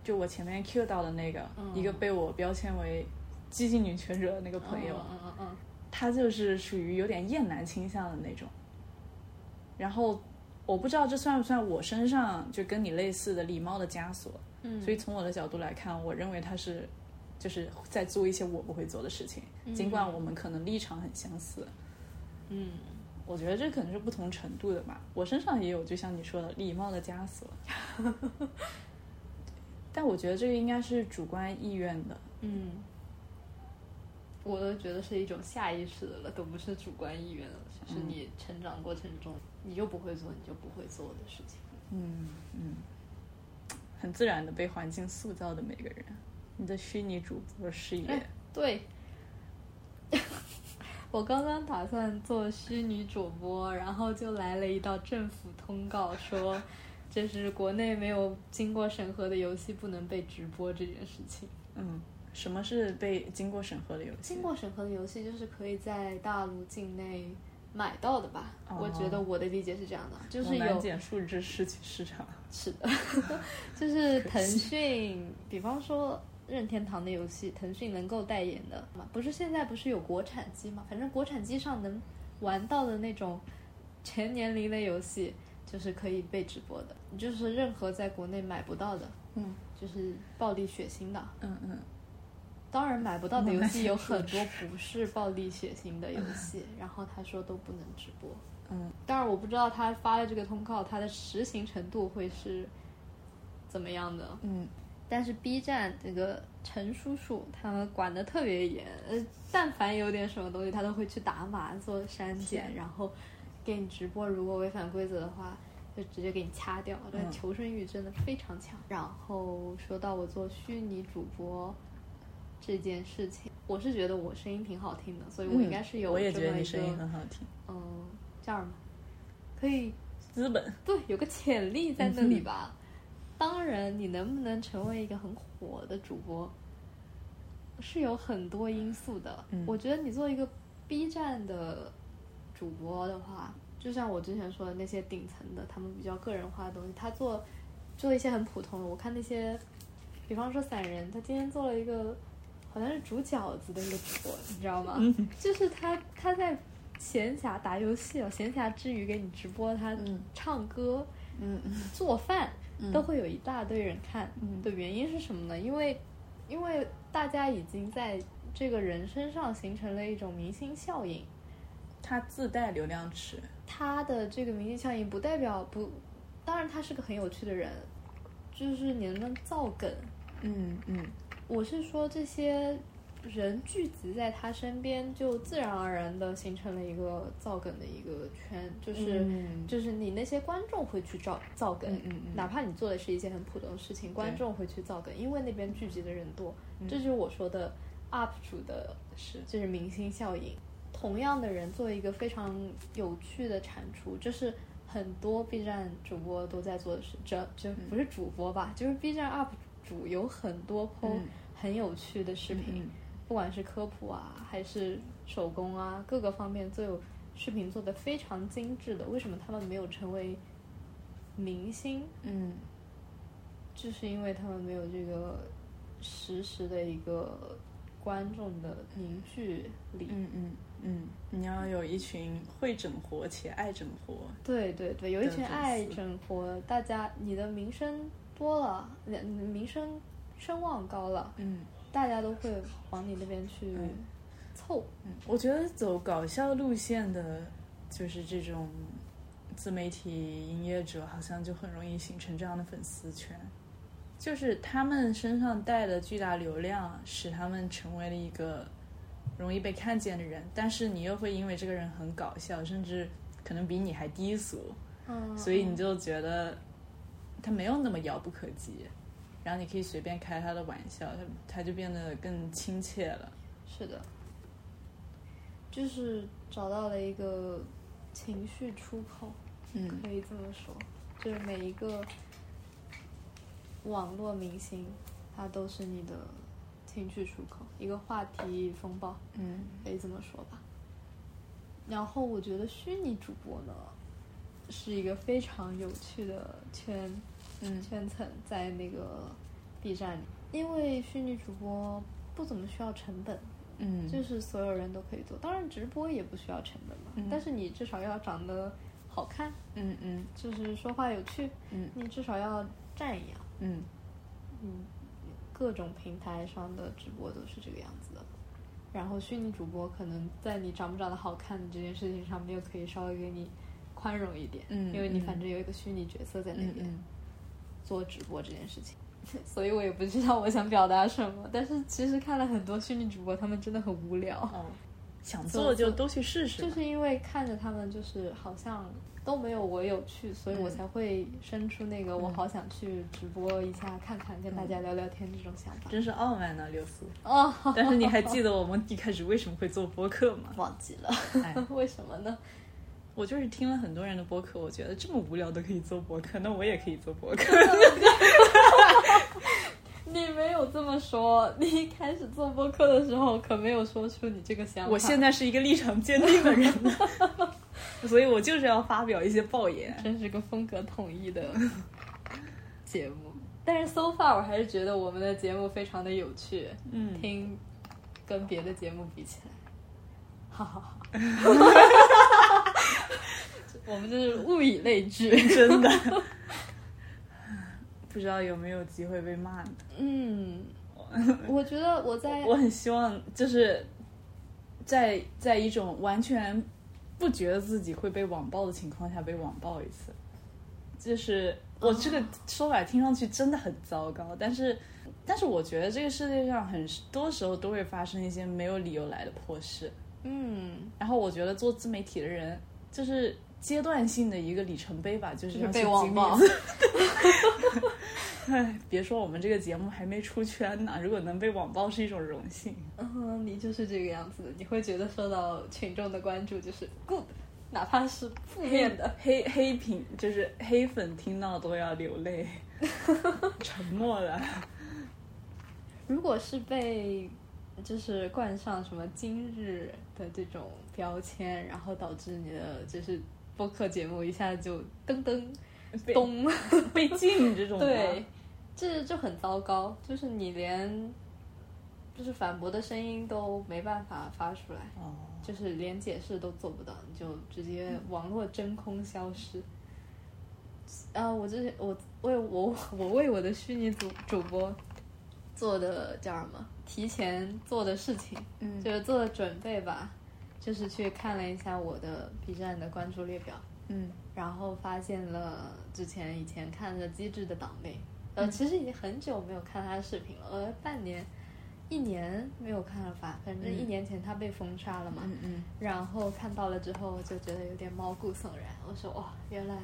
Speaker 2: 就我前面 cue 到的那个、
Speaker 1: 嗯
Speaker 2: 一个被我标签为激进女权者的那个朋友，
Speaker 1: 嗯嗯嗯嗯，
Speaker 2: 他就是属于有点厌男倾向的那种。然后我不知道这算不算我身上就跟你类似的礼貌的枷锁，
Speaker 1: 嗯
Speaker 2: 所以从我的角度来看，我认为他是就是在做一些我不会做的事情，
Speaker 1: 嗯
Speaker 2: 尽管我们可能立场很相似。
Speaker 1: 嗯。
Speaker 2: 我觉得这可能是不同程度的吧。我身上也有，就像你说的，礼貌的枷 锁。但我觉得这个应该是主观意愿的，
Speaker 1: 嗯，我都觉得是一种下意识的了，都不是主观意愿了，就是
Speaker 2: 嗯
Speaker 1: 你成长过程中，你就不会做，你就不会做的事情。
Speaker 2: 嗯嗯，很自然的被环境塑造的每个人，你的虚拟主播事业
Speaker 1: 哎，对， 我刚刚打算做虚拟主播，然后就来了一道政府通告说。这是国内没有经过审核的游戏不能被直播这件事情。
Speaker 2: 嗯，什么是被经过审核的游戏？
Speaker 1: 经过审核的游戏就是可以在大陆境内买到的吧？
Speaker 2: 哦
Speaker 1: 我觉得我的理解是这样的，就
Speaker 2: 好
Speaker 1: 是
Speaker 2: 难
Speaker 1: 有
Speaker 2: 简述之市区市场，
Speaker 1: 是的， 就是腾讯，比方说任天堂的游戏，腾讯能够代言的嘛？不是现在不是有国产机嘛？反正国产机上能玩到的那种全年龄的游戏，就是可以被直播的，就是任何在国内买不到的，
Speaker 2: 嗯
Speaker 1: 就是暴力血腥的。
Speaker 2: 嗯嗯，
Speaker 1: 当然买不到的游戏有很多不是暴力血腥的游 戏，然后他说都不能直播。
Speaker 2: 嗯，
Speaker 1: 当然我不知道他发了这个通告，它的实行程度会是怎么样的。
Speaker 2: 嗯，
Speaker 1: 但是 B 站这个陈叔叔他们管得特别严，呃，但凡有点什么东西，他都会去打码做删减，
Speaker 2: 天
Speaker 1: 然后给你直播，如果违反规则的话，就直接给你掐掉。但
Speaker 2: 嗯
Speaker 1: 求生欲真的非常强。然后说到我做虚拟主播这件事情，我是觉得我声音挺好听的，所以我应该是有
Speaker 2: 嗯我
Speaker 1: 这么
Speaker 2: 也
Speaker 1: 一个
Speaker 2: 觉得你声音很好听，
Speaker 1: 嗯叫什么可以
Speaker 2: 资本，
Speaker 1: 对，有个潜力在那里吧。当然，你能不能成为一个很火的主播，是有很多因素的。
Speaker 2: 嗯
Speaker 1: 我觉得你做一个 B 站的主播的话，就像我之前说的那些顶层的，他们比较个人化的东西，他做做一些很普通的。我看那些，比方说散人，他今天做了一个好像是煮饺子的一个主播，你知道吗？
Speaker 2: 嗯
Speaker 1: 就是他他在闲暇打游戏哦，闲暇之余给你直播他
Speaker 2: 嗯
Speaker 1: 唱歌、
Speaker 2: 嗯
Speaker 1: 做饭，
Speaker 2: 嗯
Speaker 1: 都会有一大堆人看。
Speaker 2: 嗯
Speaker 1: 的原因是什么呢？因为因为大家已经在这个人身上形成了一种明星效应，
Speaker 2: 它自带流量池，
Speaker 1: 他的这个明星效应不代表不，当然他是个很有趣的人，就是你能不能造梗，
Speaker 2: 嗯嗯
Speaker 1: 我是说这些人聚集在他身边，就自然而然的形成了一个造梗的一个圈，就是、
Speaker 2: 嗯
Speaker 1: 就是你那些观众会去造造梗，
Speaker 2: 嗯嗯嗯
Speaker 1: 哪怕你做的是一件很普通的事情，观众会去造梗，因为那边聚集的人多，
Speaker 2: 嗯
Speaker 1: 这就是我说的 UP 主的
Speaker 2: 是
Speaker 1: 就是明星效应。同样的人做一个非常有趣的产出，就是很多 B 站主播都在做的事，这
Speaker 2: 嗯
Speaker 1: 这不是主播吧，就是 B 站 UP 主有很多 PO
Speaker 2: 嗯
Speaker 1: 很有趣的视频，
Speaker 2: 嗯嗯
Speaker 1: 不管是科普啊，还是手工啊，各个方面都有视频做的非常精致的。为什么他们没有成为明星？
Speaker 2: 嗯
Speaker 1: 就是因为他们没有这个实时的一个观众的凝聚力。
Speaker 2: 嗯嗯嗯，你要有一群会整活且爱整活，
Speaker 1: 对对对，有一
Speaker 2: 的
Speaker 1: 群
Speaker 2: 粉
Speaker 1: 爱
Speaker 2: 丝
Speaker 1: 整活，大家你的名声多了，你的你的名声声望高了，
Speaker 2: 嗯。
Speaker 1: 大家都会往你那边去
Speaker 2: 嗯
Speaker 1: 凑。
Speaker 2: 嗯，我觉得走搞笑路线的，就是这种自媒体营业者，好像就很容易形成这样的粉丝圈。就是他们身上带的巨大流量，使他们成为了一个容易被看见的人，但是你又会因为这个人很搞笑，甚至可能比你还低俗，
Speaker 1: 嗯，
Speaker 2: 所以你就觉得他没有那么遥不可及，然后你可以随便开他的玩笑，他他就变得更亲切了。
Speaker 1: 是的，就是找到了一个情绪出口，
Speaker 2: 嗯，
Speaker 1: 可以这么说，就是每一个网络明星，他都是你的情绪出口，一个话题风暴，
Speaker 2: 嗯，
Speaker 1: 可以这么说吧。然后我觉得虚拟主播呢，是一个非常有趣的圈，
Speaker 2: 嗯
Speaker 1: 圈层在那个 B 站里，因为虚拟主播不怎么需要成本，
Speaker 2: 嗯，
Speaker 1: 就是所有人都可以做。当然，直播也不需要成本嘛，
Speaker 2: 嗯
Speaker 1: 但是你至少要长得好看，
Speaker 2: 嗯嗯
Speaker 1: 就是说话有趣，
Speaker 2: 嗯
Speaker 1: 你至少要站一样。
Speaker 2: 嗯
Speaker 1: 嗯，各种平台上的直播都是这个样子的。然后虚拟主播可能在你长不长得好看这件事情上面，又可以稍微给你宽容一点，
Speaker 2: 嗯
Speaker 1: 因为你
Speaker 2: 嗯
Speaker 1: 反正有一个虚拟角色在那
Speaker 2: 嗯
Speaker 1: 边
Speaker 2: 嗯，
Speaker 1: 做直播这件事情。 所以我也不知道我想表达什么，但是其实看了很多虚拟主播，他们真的很无聊。
Speaker 2: 哦，想做就都去试试吧，
Speaker 1: 就是因为看着他们，就是好像都没有我有趣，所以我才会生出那个我好想去直播一下看看，跟大家聊聊天这种想法。
Speaker 2: 真是傲慢呢、刘苏。
Speaker 1: 哦，？
Speaker 2: 但是你还记 得我们一开始为什么会做播客吗
Speaker 1: 忘记了，
Speaker 2: 哎，
Speaker 1: 为什么呢？
Speaker 2: 我就是听了很多人的播客，我觉得这么无聊都可以做播客，那我也可以做播客。
Speaker 1: 你没有这么说，你一开始做播客的时候可没有说出你这个想法。
Speaker 2: 我现在是一个立场坚定的人呢，所以我就是要发表一些爆言。
Speaker 1: 真是个风格统一 的节目，但是 so far 我还是觉得我们的节目非常的有趣，
Speaker 2: 嗯，
Speaker 1: 听跟别的节目比起来， 哈哈哈。我们就是物以类聚。
Speaker 2: 真的， 不知道有没有机会被骂呢？
Speaker 1: 嗯，我觉得我在
Speaker 2: 我很希望就是在在一种完全不觉得自己会被网暴的情况下被网暴一次，就是我这个说法听上去真的很糟糕，但是但是我觉得这个世界上很多时候都会发生一些没有理由来的破事，
Speaker 1: 嗯，
Speaker 2: 然后我觉得做自媒体的人就是。阶段性的一个里程碑吧，就
Speaker 1: 就
Speaker 2: 是
Speaker 1: 是
Speaker 2: 要
Speaker 1: 被
Speaker 2: 去
Speaker 1: 网
Speaker 2: 经历
Speaker 1: 暴。
Speaker 2: 哎，别说我们这个节目还没出圈呢，如果能被网暴是一种荣幸。
Speaker 1: 嗯，你就是这个样子的，你会觉得受到群众的关注就是 good，哪怕是负面的。
Speaker 2: 黑黑屏就是黑粉听到都要流 泪，沉默了。
Speaker 1: 如果是被就是冠上什么今日的这种标签，然后导致你的就是播客节目一下就噔噔
Speaker 2: 被
Speaker 1: 咚，
Speaker 2: 被禁这种吗
Speaker 1: 对，，这就很糟糕，就是你连就是反驳的声音都没办法发出来，
Speaker 2: 哦，
Speaker 1: 就是连解释都做不到，你就直接网络真空消失。啊，我之前我为我我为我的虚拟主主播做的叫什么？提前做的事情，
Speaker 2: 嗯
Speaker 1: 就是做的准备吧，就是去看了一下我的 B 站的关注列表，
Speaker 2: 嗯
Speaker 1: 然后发现了之前以前看的机智的党妹，呃，其实已经很久没有看她的视频了，呃，半年、一年没有看了吧，反正一年前她被封杀了嘛，
Speaker 2: 嗯嗯，
Speaker 1: 然后看到了之后就觉得有点毛骨悚然，我说哇，原来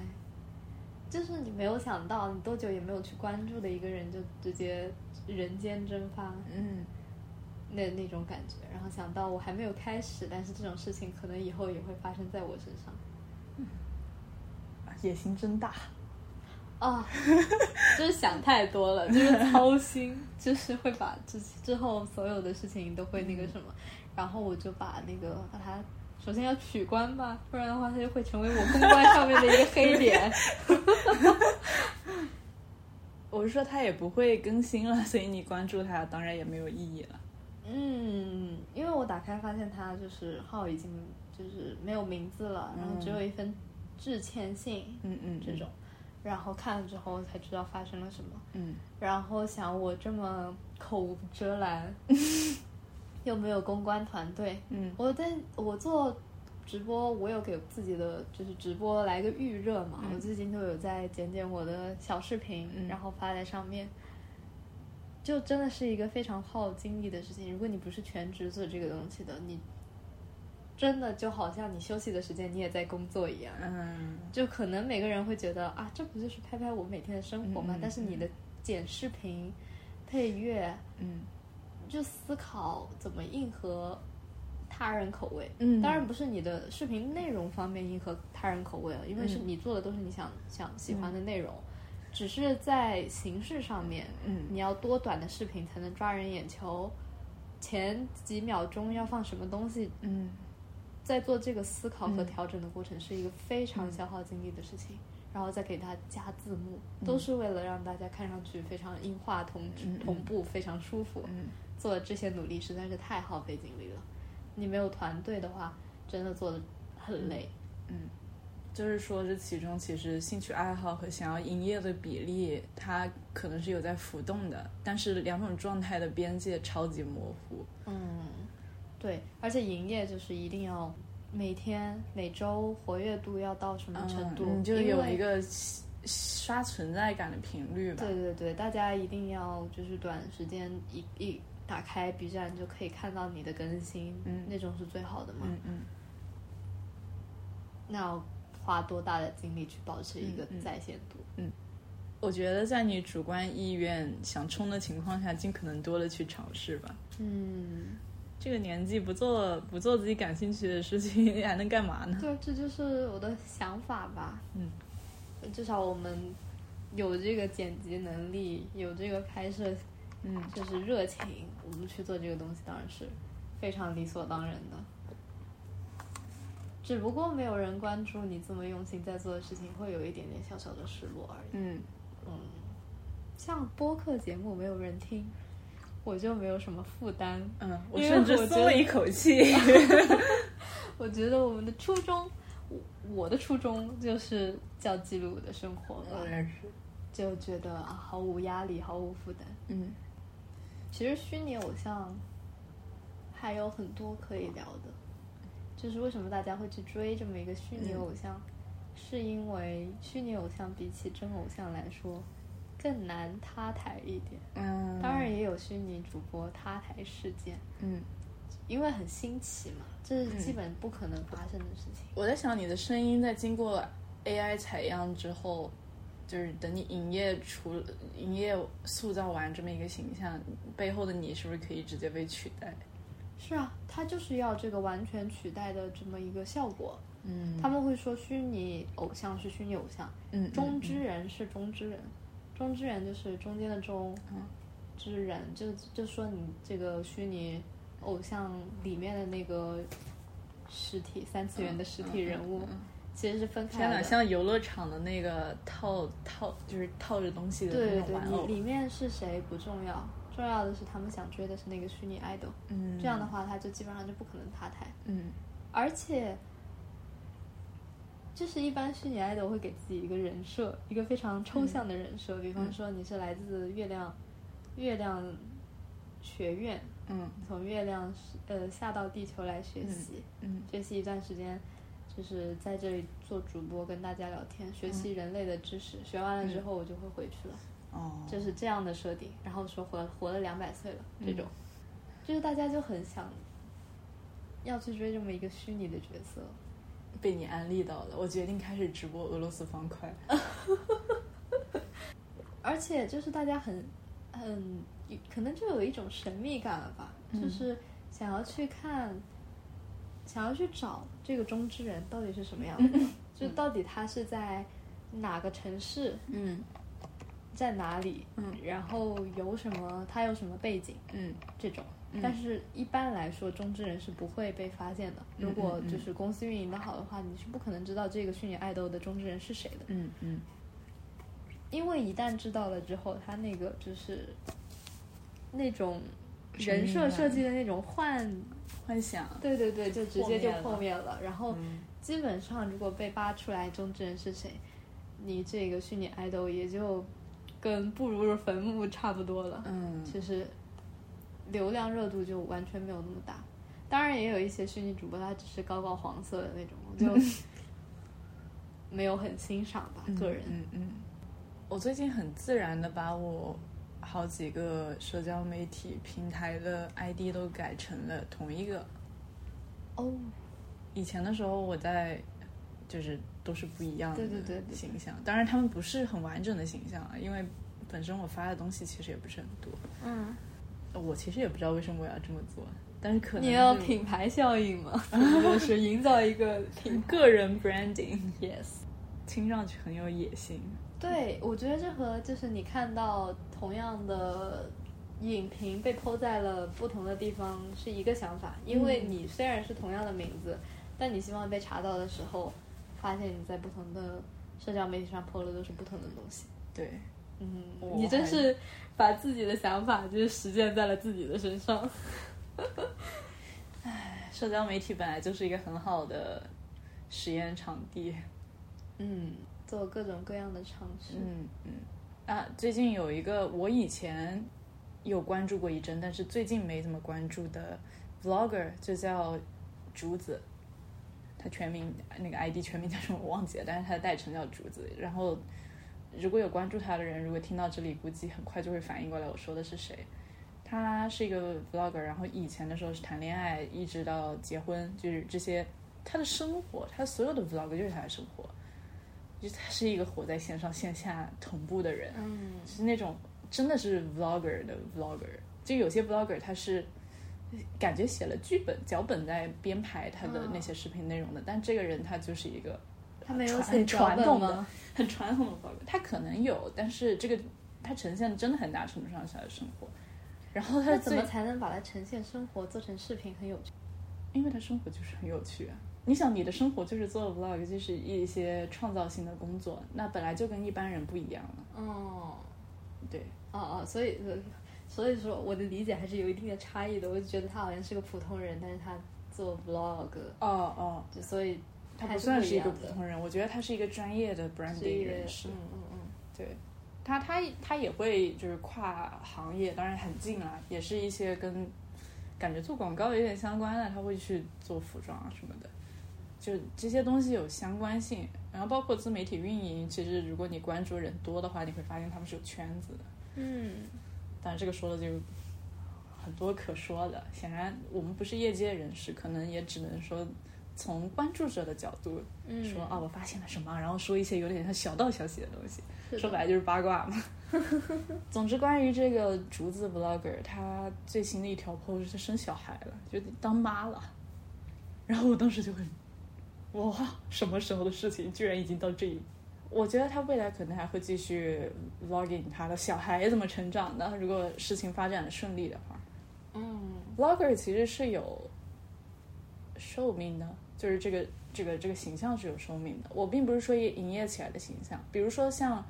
Speaker 1: 就是你没有想到，你多久也没有去关注的一个人就直接人间蒸发，
Speaker 2: 嗯
Speaker 1: 那那种感觉，然后想到我还没有开始，但是这种事情可能以后也会发生在我身上
Speaker 2: 野心真大。
Speaker 1: 啊，就是想太多了，就是操心， 就是会把之之后所有的事情都会那个什么，然后我就把那个把它首先要取关吧，不然的话它就会成为我公关上面的一个黑 点。
Speaker 2: 我是说他也不会更新了，所以你关注他当然也没有意义了。
Speaker 1: 嗯，因为我打开发现它就是号已经就是没有名字了，然后只有一份致歉信，
Speaker 2: 嗯嗯，
Speaker 1: 这种，然后看了之后才知道发生了什么，
Speaker 2: 嗯
Speaker 1: 然后想我这么口无遮拦，又没有公关团队，
Speaker 2: 嗯
Speaker 1: 我在我做直播，我有给自己的就是直播来个预热嘛，我最近就有在剪剪我的小视频，
Speaker 2: 嗯
Speaker 1: 然后发在上面，就真的是一个非常耗精力的事情。如果你不是全职做这个东西的，你真的就好像你休息的时间你也在工作一样。
Speaker 2: 嗯，
Speaker 1: 就可能每个人会觉得啊，这不就是拍拍我每天的生活吗？
Speaker 2: 嗯嗯
Speaker 1: 但是你的剪视频、配乐，
Speaker 2: 嗯，
Speaker 1: 就思考怎么应和他人口味。
Speaker 2: 嗯
Speaker 1: 当然不是你的视频内容方面迎合他人口味了，因为是
Speaker 2: 嗯
Speaker 1: 你做的都是你想、想喜欢的内容，只是在形式上面，
Speaker 2: 嗯
Speaker 1: 你要多短的视频才能抓人眼球，前几秒钟要放什么东西，
Speaker 2: 嗯，
Speaker 1: 在做这个思考和
Speaker 2: 嗯
Speaker 1: 调整的过程是一个非常消耗精力的事情，然后再给它加字幕，都是为了让大家看上去非常音画同
Speaker 2: 嗯嗯嗯
Speaker 1: 同步，非常舒服。
Speaker 2: 嗯
Speaker 1: 做的这些努力实在是太耗费精力了。你没有团队的话，真的做的
Speaker 2: 嗯
Speaker 1: 很累。
Speaker 2: 就是说这其中其实兴趣爱好和想要营业的比例，它可能是有在浮动的，但是两种状态的边界超级模糊。
Speaker 1: 嗯，对，而且营业就是一定要每天、每周活跃度要到什么程度，
Speaker 2: 嗯，你就
Speaker 1: 因
Speaker 2: 有
Speaker 1: 为
Speaker 2: 一个刷存在感的频率吧。
Speaker 1: 对对对，大家一定要就是短时间一一打开 B 站就可以看到你的更新，
Speaker 2: 嗯
Speaker 1: 那种是最好的嘛。
Speaker 2: 嗯嗯
Speaker 1: 那要花多大的精力去保持一个
Speaker 2: 嗯嗯
Speaker 1: 在线度？
Speaker 2: 我觉得在你主观意愿想冲的情况下，尽可能多的去尝试吧。
Speaker 1: 嗯，
Speaker 2: 这个年纪不做不做自己感兴趣的事情，还能干嘛呢？
Speaker 1: 对，这就是我的想法吧。呃
Speaker 2: 嗯，
Speaker 1: 至少我们有这个剪辑能力，有这个拍摄，
Speaker 2: 嗯，
Speaker 1: 就是热情，我们去做这个东西当然是非常理所当然的。只不过没有人关注你这么用心在做的事情，会有一点点小小的失落而已。
Speaker 2: 嗯，
Speaker 1: 嗯，像播客节目没有人听，我就没有什么负担。
Speaker 2: 嗯，我
Speaker 1: 因为
Speaker 2: 甚至
Speaker 1: 我觉
Speaker 2: 松了
Speaker 1: 得
Speaker 2: 一口气。
Speaker 1: 我觉得我们的初衷，我我的初衷就是叫记录我的生活吧，
Speaker 2: 是。
Speaker 1: 就觉得啊毫无压力，毫无负担。
Speaker 2: 嗯
Speaker 1: 其实虚拟偶像还有很多可以聊的，就是为什么大家会去追这么一个虚
Speaker 2: 嗯
Speaker 1: 拟偶像，是因为虚拟偶像比起真偶像来说更难塌台一点。
Speaker 2: 嗯，
Speaker 1: 当然也有虚拟主播塌台事件，
Speaker 2: 嗯。
Speaker 1: 因为很新奇嘛，这是基本不可能发生的事情。
Speaker 2: 我在想，你的声音在经过 AI 采样之后，就是等你营业除营业塑造完这么一个形象，背后的你是不是可以直接被取代？
Speaker 1: 是啊，它就是要这个完全取代的这么一个效果。
Speaker 2: 嗯
Speaker 1: 他们会说虚拟偶像是虚拟偶像，
Speaker 2: 嗯
Speaker 1: 中之人是中之人，中之人就是中间的中
Speaker 2: 嗯，
Speaker 1: 之人，就就说你这个虚拟偶像里面的那个实体三次元的实体人
Speaker 2: 嗯
Speaker 1: 物，其实是分开
Speaker 2: 天
Speaker 1: 来
Speaker 2: 哪，
Speaker 1: 的。
Speaker 2: 像游乐场的那个套套，就是套着东西的
Speaker 1: 对
Speaker 2: 那
Speaker 1: 对
Speaker 2: 种
Speaker 1: 对
Speaker 2: 玩，偶
Speaker 1: 你。里面是谁不重要，重要的是他们想追的是那个虚拟 idol，、
Speaker 2: 嗯，
Speaker 1: 这样的，话他就基本上就不可能塌台。
Speaker 2: 嗯
Speaker 1: 而且，就是一般虚拟 idol 会给自己一个人设，一个非常抽象的人设，比方说你是来自月亮月亮学院，
Speaker 2: 嗯
Speaker 1: 从月亮呃下到地球来学习，
Speaker 2: 嗯
Speaker 1: 学习一段时间。就是在这里做主播，跟大家聊天，学习人类的知识。学完了之后，我就会回去了。
Speaker 2: 嗯哦，
Speaker 1: 就是这样的设定，然后说活活了两百岁了这种，就是大家就很想要去追这么一个虚拟的角色。
Speaker 2: 被你安利到了，我决定开始直播俄罗斯方块。
Speaker 1: 而且就是大家很很可能就有一种神秘感了吧，
Speaker 2: 嗯
Speaker 1: 就是想要去看，想要去找这个中之人到底是什么样 子的，就到底他是在哪个城市，
Speaker 2: 嗯
Speaker 1: 在哪里，
Speaker 2: 嗯，
Speaker 1: 然后有什么，他有什么背景，
Speaker 2: 嗯
Speaker 1: 这种。但是一般来说，中之人是不会被发现的。
Speaker 2: 嗯
Speaker 1: 如果
Speaker 2: 嗯嗯
Speaker 1: 就是公司运营的好的话，你是不可能知道这个虚拟爱豆的中之人是谁的，
Speaker 2: 嗯嗯
Speaker 1: 因为一旦知道了之后，他那个就是那种人设设计的那种幻，
Speaker 2: 幻想。
Speaker 1: 对对对，就直接就
Speaker 2: 破
Speaker 1: 破
Speaker 2: 灭
Speaker 1: 灭了。然后
Speaker 2: 嗯
Speaker 1: 基本上，如果被扒出来中之人是谁，你这个虚拟爱豆也就跟步入坟墓差不多了。
Speaker 2: 嗯
Speaker 1: 其实流量热度就完全没有那么大。当然也有一些虚拟主播，他只是搞搞黄色的那种，我就 没有很欣赏吧，个人。
Speaker 2: 嗯嗯，我最近很自然的把我好几个社交媒体平台的 ID 都改成了同一个。
Speaker 5: 哦，
Speaker 2: 以前的时候我在就是都是不一样的
Speaker 1: 对对对对对
Speaker 2: 形象，当然他们不是很完整的形象啊，因为本身我发的东西其实也不是很多。
Speaker 1: 嗯，
Speaker 2: 我其实也不知道为什么我要这么做，但是可能
Speaker 1: 你要
Speaker 2: 是
Speaker 1: 品牌效应 嘛，就是营造一个品牌。
Speaker 2: 个人 branding，yes，听上去很有野心。
Speaker 1: 对，我觉得这和就是你看到同样的影评被抛在了不同的地方是一个想法，因为你虽然是同样的名字，但你希望被查到的时候，发现你在不同的社交媒体上抛的都是不同的东西。
Speaker 2: 对，
Speaker 1: 嗯，
Speaker 2: 我
Speaker 1: 你真
Speaker 2: 还
Speaker 1: 是把自己的想法就是实践在了自己的身上。
Speaker 2: 社交媒体本来就是一个很好的实验场地。
Speaker 1: 嗯，做各种各样的尝试。
Speaker 2: 嗯嗯。啊，最近有一个我以前有关注过一阵，但是最近没怎么关注的 vlogger，就叫竹子。他全名那个 ID 全名叫什么我忘记了，但是他的代称叫竹子。然后，如果有关注他的人，如果听到这里，估计很快就会反应过来我说的是谁。他是一个 vlogger，然后以前的时候是谈恋爱，一直到结婚，就是这些他的生活，他所有的 vlog 就是他的生活。就是他是一个活在线上线下同步的人，
Speaker 1: 嗯
Speaker 2: 就是那种真的是 vlogger 的 vlogger。就有些 vlogger 他是感觉写了剧本脚本在编排他的那些
Speaker 1: 嗯
Speaker 2: 视频内容的，但这个人他就是一个
Speaker 1: 他没有
Speaker 2: 传
Speaker 1: 写脚
Speaker 2: 传
Speaker 1: 本
Speaker 2: 统的
Speaker 1: 吗？
Speaker 2: 很传统的 vlogger，他可能有，但是这个他呈现的真的很大程度上是他的生活。然后他
Speaker 1: 那
Speaker 2: 的
Speaker 1: 怎
Speaker 2: 最
Speaker 1: 么才能把它呈现生活做成视频很有趣？
Speaker 2: 因为他生活就是很有趣啊。你想，你的生活就是做 vlog，就是一些创造性的工作，那本来就跟一般人不一样了。
Speaker 1: 哦
Speaker 2: 对，
Speaker 1: 哦哦，所以呃所以说我的理解还是有一定的差异的。我就觉得他好像是个普通人，但是他做 vlog，
Speaker 2: 哦哦，
Speaker 1: 就所以
Speaker 2: 他
Speaker 1: 还
Speaker 2: 不
Speaker 1: 是
Speaker 2: 算
Speaker 1: 不
Speaker 2: 是
Speaker 1: 一
Speaker 2: 一个
Speaker 1: 样
Speaker 2: 普
Speaker 1: 的
Speaker 2: 通人，我觉得他是一个专业的
Speaker 1: 是一
Speaker 2: branding
Speaker 1: 个
Speaker 2: 人士
Speaker 1: 嗯。嗯嗯，
Speaker 2: 对，他他他也会就是跨行业，当然很近啦，也是一些跟感觉做广告有点相关的，他会去做服装啊什么的，就这些东西有相关性。然后包括自媒体运营，其实如果你关注人多的话，你会发现他们是有圈子的。
Speaker 1: 嗯，
Speaker 2: 当然这个说的就很多可说的，显然我们不是业界人士，可能也只能说从关注者的角度
Speaker 1: 嗯
Speaker 2: 说啊，我发现了什么，然后说一些有点像小道消息的东西，
Speaker 1: 是的
Speaker 2: 说白了就是八卦 嘛。总之，关于这个竹子 vlogger，她最新的一条 po 是她生小孩了，就当妈了。然后我当时就很，哇，什么时候的事情，居然已经到这一步。我觉得她未来可能还会继续 vlogging 她的小孩怎么成长的，如果事情发展的顺利的话。
Speaker 1: 嗯
Speaker 2: vlogger 其实是有寿命的，就是这个这个这个形象是有寿命的。我并不是说一个营业起来的形象，比如说像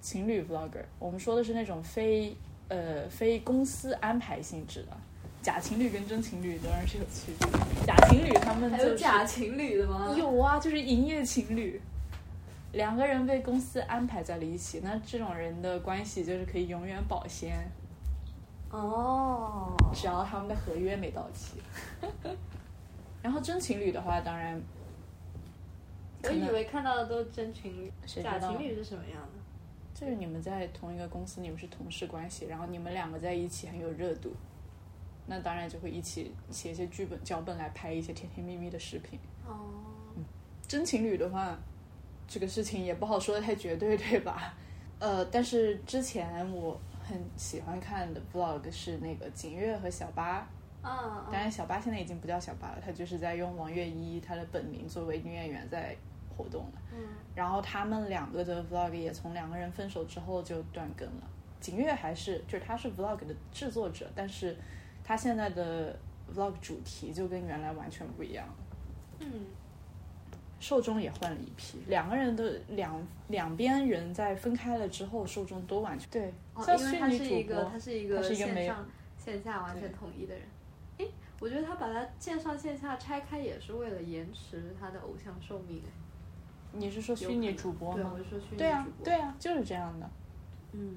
Speaker 2: 情侣 vlogger，我们说的是那种非呃非公司安排性质的。假情侣跟真情侣当然是有区别，假情侣他们
Speaker 1: 还
Speaker 2: 就
Speaker 1: 有
Speaker 2: 是
Speaker 1: 假情侣的吗？
Speaker 2: 有啊，就是营业情侣，两个人被公司安排在了一起，那这种人的关系就是可以永远保鲜，
Speaker 1: 哦，
Speaker 2: 只要他们的合约没到期。 然后真情侣的话，当然
Speaker 1: 我
Speaker 2: 可能
Speaker 1: 以为看到的都是真情侣，
Speaker 2: 谁知
Speaker 1: 假
Speaker 2: 道啊
Speaker 1: 情
Speaker 2: 呢
Speaker 1: 侣是什么样的？
Speaker 2: 就是你们在同一个公司，你们是同事关系，然后你们两个在一起很有热度，那当然就会一起写一些剧本、脚本来拍一些甜甜蜜蜜的视频。
Speaker 1: 哦，
Speaker 2: 嗯真情侣的话，这个事情也不好说的太绝对，对吧？呃，但是之前我很喜欢看的 vlog 是那个景月和小八，
Speaker 1: 啊，
Speaker 2: 当然小八现在已经不叫小八了，他就是在用王月一她的本名作为女演员在活动了。
Speaker 1: 嗯
Speaker 2: 然后他们两个的 vlog 也从两个人分手之后就断更了。景月还是就是他是 vlog 的制作者，但是他现在的 vlog 主题就跟原来完全不一样了。
Speaker 1: 嗯
Speaker 2: 受众也换了一批，两个人的两两边人在分开了之后，受众都完全对，
Speaker 1: 哦，
Speaker 2: 像
Speaker 1: 因为
Speaker 2: 虚
Speaker 1: 他
Speaker 2: 拟
Speaker 1: 是一
Speaker 2: 主
Speaker 1: 个，
Speaker 2: 播
Speaker 1: 他，是一个
Speaker 2: 他是一个没
Speaker 1: 线
Speaker 2: 有
Speaker 1: 上线下完全
Speaker 2: 对
Speaker 1: 统一的人。诶，我觉得他把它线上线下拆开也是为了延迟他的偶像寿命。诶
Speaker 2: 你是说虚拟主播
Speaker 1: 对，
Speaker 2: 吗
Speaker 1: 我？是说虚拟
Speaker 2: 对啊
Speaker 1: 主播。，
Speaker 2: 对啊，就是这样的。
Speaker 1: 嗯，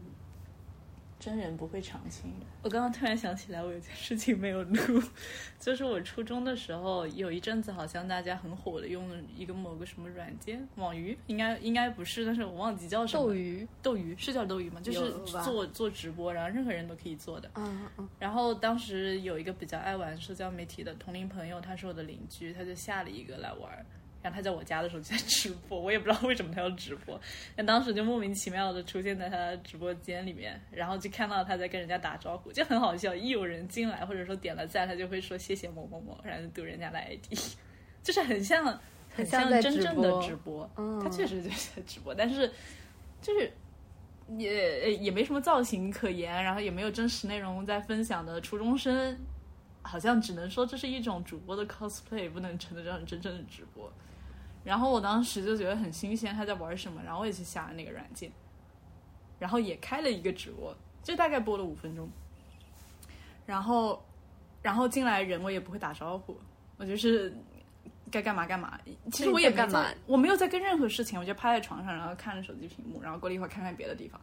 Speaker 2: 真人不会长青。我刚刚突然想起来，我有件事情没有录， 就是我初中的时候有一阵子，好像大家很火的用一个某个什么软件，网鱼应该应该不是，但是我忘记叫什么。
Speaker 1: 斗鱼，
Speaker 2: 斗鱼是叫斗鱼吗？就是
Speaker 1: 有吧
Speaker 2: 做做直播，然后任何人都可以做的。
Speaker 1: 嗯嗯，
Speaker 2: 然后当时有一个比较爱玩社交媒体的同龄朋友，他是我的邻居，他就下了一个来玩儿。然后他在我家的时候就在直播，我也不知道为什么他要直播，但当时就莫名其妙的出现在他的直播间里面，然后就看到他在跟人家打招呼，就很好笑。一有人进来或者说点了赞，他就会说谢谢某某某，然后就读人家的 ID，就是 很像很
Speaker 1: 像
Speaker 2: 像
Speaker 1: 在
Speaker 2: 真
Speaker 1: 直
Speaker 2: 正的
Speaker 1: 播
Speaker 2: 直播。
Speaker 1: 嗯
Speaker 2: 他确实就是在直播，但是就是也呃也没什么造型可言，然后也没有真实内容在分享的初中生，好像只能说这是一种主播的 cosplay，不能称得上真正的直播。然后我当时就觉得很新鲜，他在玩什么，然后我也去下了那个软件，然后也开了一个直播，就大概播了五分钟，然后然后进来人我也不会打招呼，我就是该干嘛干嘛。其实我也没
Speaker 1: 干嘛
Speaker 2: 在，我没有在跟任何事情，我就趴在床上，然后看着手机屏幕，然后过了一会儿看看别的地方。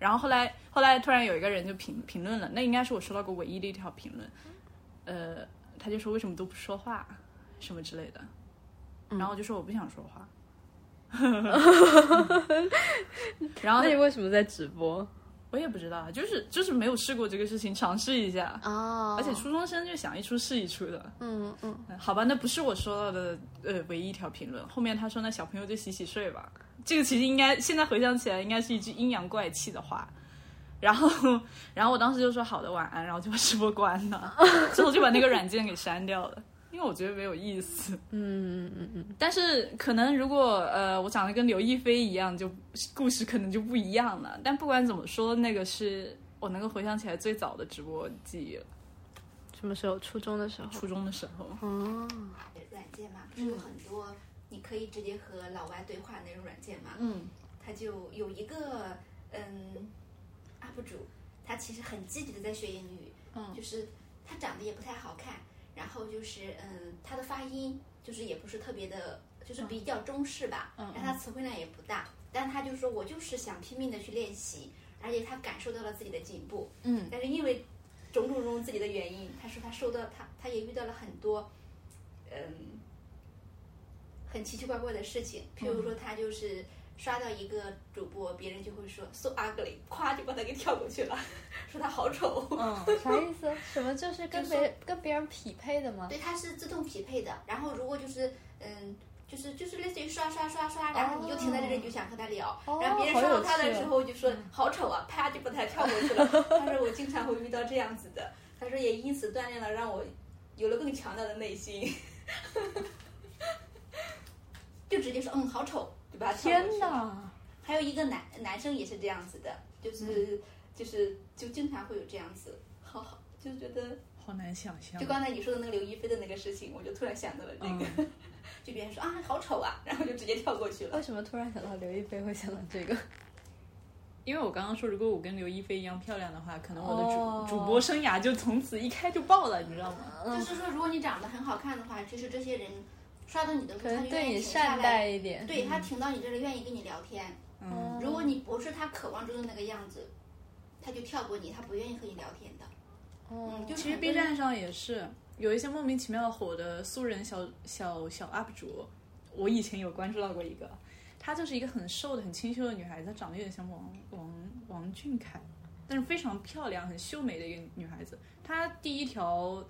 Speaker 2: 然后后来后来突然有一个人就评评论了，那应该是我收到过唯一的一条评论，呃，他就说为什么都不说话，什么之类的，
Speaker 1: 嗯
Speaker 2: 然后我就说我不想说 话，然后
Speaker 1: 那
Speaker 2: 他
Speaker 1: 你为什么在直播
Speaker 2: 我也不知道，就是就是没有试过这个事情，尝试一下。
Speaker 1: 啊
Speaker 2: 而且初中生就想一出是一出的，
Speaker 1: 嗯嗯，
Speaker 2: 哦嗯好吧，那不是我说到的呃唯一一条评论。后面他说那小朋友就洗洗睡吧，这个其实应该现在回想起来应该是一句阴阳怪气的话。然后， 然后我当时就说好的晚安，然后就把直播关 了，所以我就把那个软件给删掉了，因为我觉得没有意思。嗯嗯嗯。但是可能如果呃我长得跟刘亦菲一样，就故事可能就不一样了。但不管怎么说，那个是我能够回想起来最早的直播记忆了，
Speaker 1: 什么时候？初中的时候。
Speaker 2: 初中的时 候。
Speaker 1: 哦，
Speaker 5: 软件嘛，不是有很多你可以直接和老外对话的那种软件嘛？
Speaker 2: 嗯，
Speaker 5: 他就有一个嗯 UP 主，他其实很积极的在学英语，
Speaker 2: 嗯
Speaker 5: 就是他长得也不太好看，然后就是嗯他的发音就是也不是特别的，就是比较中式吧，
Speaker 2: 嗯
Speaker 5: 然后他词汇量也不大，但他就说我就是想拼命的去练习，而且他感受到了自己的进步，
Speaker 2: 嗯，
Speaker 5: 但是因为种种种自己的原因，他说他受到他他也遇到了很多，嗯，很奇奇怪怪的事情，譬如说他就是。刷到一个主播，别人就会说 so ugly，咵就把他给跳过去了， 说他好丑。
Speaker 1: 啥意思？什么就是跟别人跟别人匹配的吗？
Speaker 5: 对，它是自动匹配的。然后如果就是嗯，就是就是类似于刷刷刷刷，然后你就停在这里，你就想和他聊。
Speaker 1: 哦
Speaker 5: 然后别人
Speaker 1: 好
Speaker 5: 刷
Speaker 1: 有
Speaker 5: 到他的
Speaker 1: 趣哦嗯
Speaker 5: 时候就说好丑啊，啪就把他跳过去了。他说我经常会遇到这样子的，他说也因此锻炼了让我有了更强大的内心。 就直接说嗯好丑，就把他跳过
Speaker 2: 天
Speaker 5: 去了
Speaker 2: 哪！
Speaker 5: 还有一个男男生也是这样子的，
Speaker 1: 嗯
Speaker 5: 就是、就是就经常会有这样子，好好就觉得
Speaker 2: 好难想象
Speaker 5: 就刚才你说的那个刘亦菲的那个事情，我就突然想到了这个，
Speaker 2: 嗯，
Speaker 5: 就别人说啊好丑啊，然后就直接跳过去了。
Speaker 1: 为什么突然想到刘亦菲会想到这个？
Speaker 2: 因为我刚刚说，如果我跟刘亦菲一样漂亮的话，可能我的主、
Speaker 1: 哦
Speaker 2: 主播生涯就从此一开就爆了，你知道吗？
Speaker 1: 嗯
Speaker 5: 就是说，如果你长得很好看的话，就是这些人刷到你的时
Speaker 1: 可
Speaker 5: 候，他
Speaker 1: 能
Speaker 5: 就
Speaker 1: 对
Speaker 5: 愿意
Speaker 1: 你
Speaker 5: 停下
Speaker 1: 善
Speaker 5: 来，
Speaker 1: 待嗯一点。
Speaker 5: 对他停到你这里，愿意跟你聊天。
Speaker 2: 嗯，
Speaker 5: 如果你不是他渴望中的那个样子，他就跳过你，他不愿意和你聊天的。
Speaker 1: 哦
Speaker 5: 嗯，就是
Speaker 2: 其实
Speaker 5: 很多
Speaker 2: B
Speaker 5: 人
Speaker 2: 站上也是有一些莫名其妙火的素人小小小 UP 主，我以前有关注到过一个，她就是一个很瘦的、很清秀的女孩子，她长得有点像王王王俊凯，但是非常漂亮、很秀美的一个女孩子。她第一条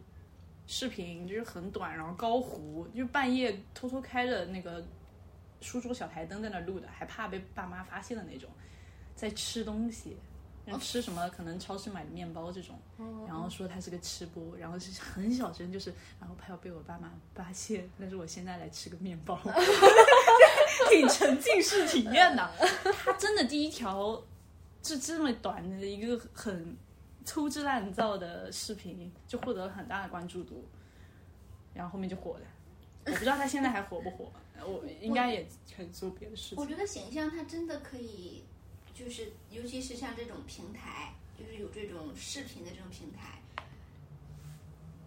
Speaker 2: 视频就是很短，然后高糊，就是半夜偷偷开着那个书桌小台灯在那录的，还怕被爸妈发现的那种，在吃东西。然后吃什么？可能超市买的面包这种，然后说他是个吃播，然后是很小声，就是然后怕要被我爸妈发现，但是我现在来吃个面包， 挺沉浸式体验的。他真的第一条就这么短的一个很粗制滥造的视频，就获得了很大的关注度，然后后面就火了。我不知道他现在还火不火，我应该也可以做别的事
Speaker 5: 我
Speaker 2: 情。
Speaker 5: 觉得形象它真的可以，就是尤其是像这种平台，就是有这种视频的这种平台，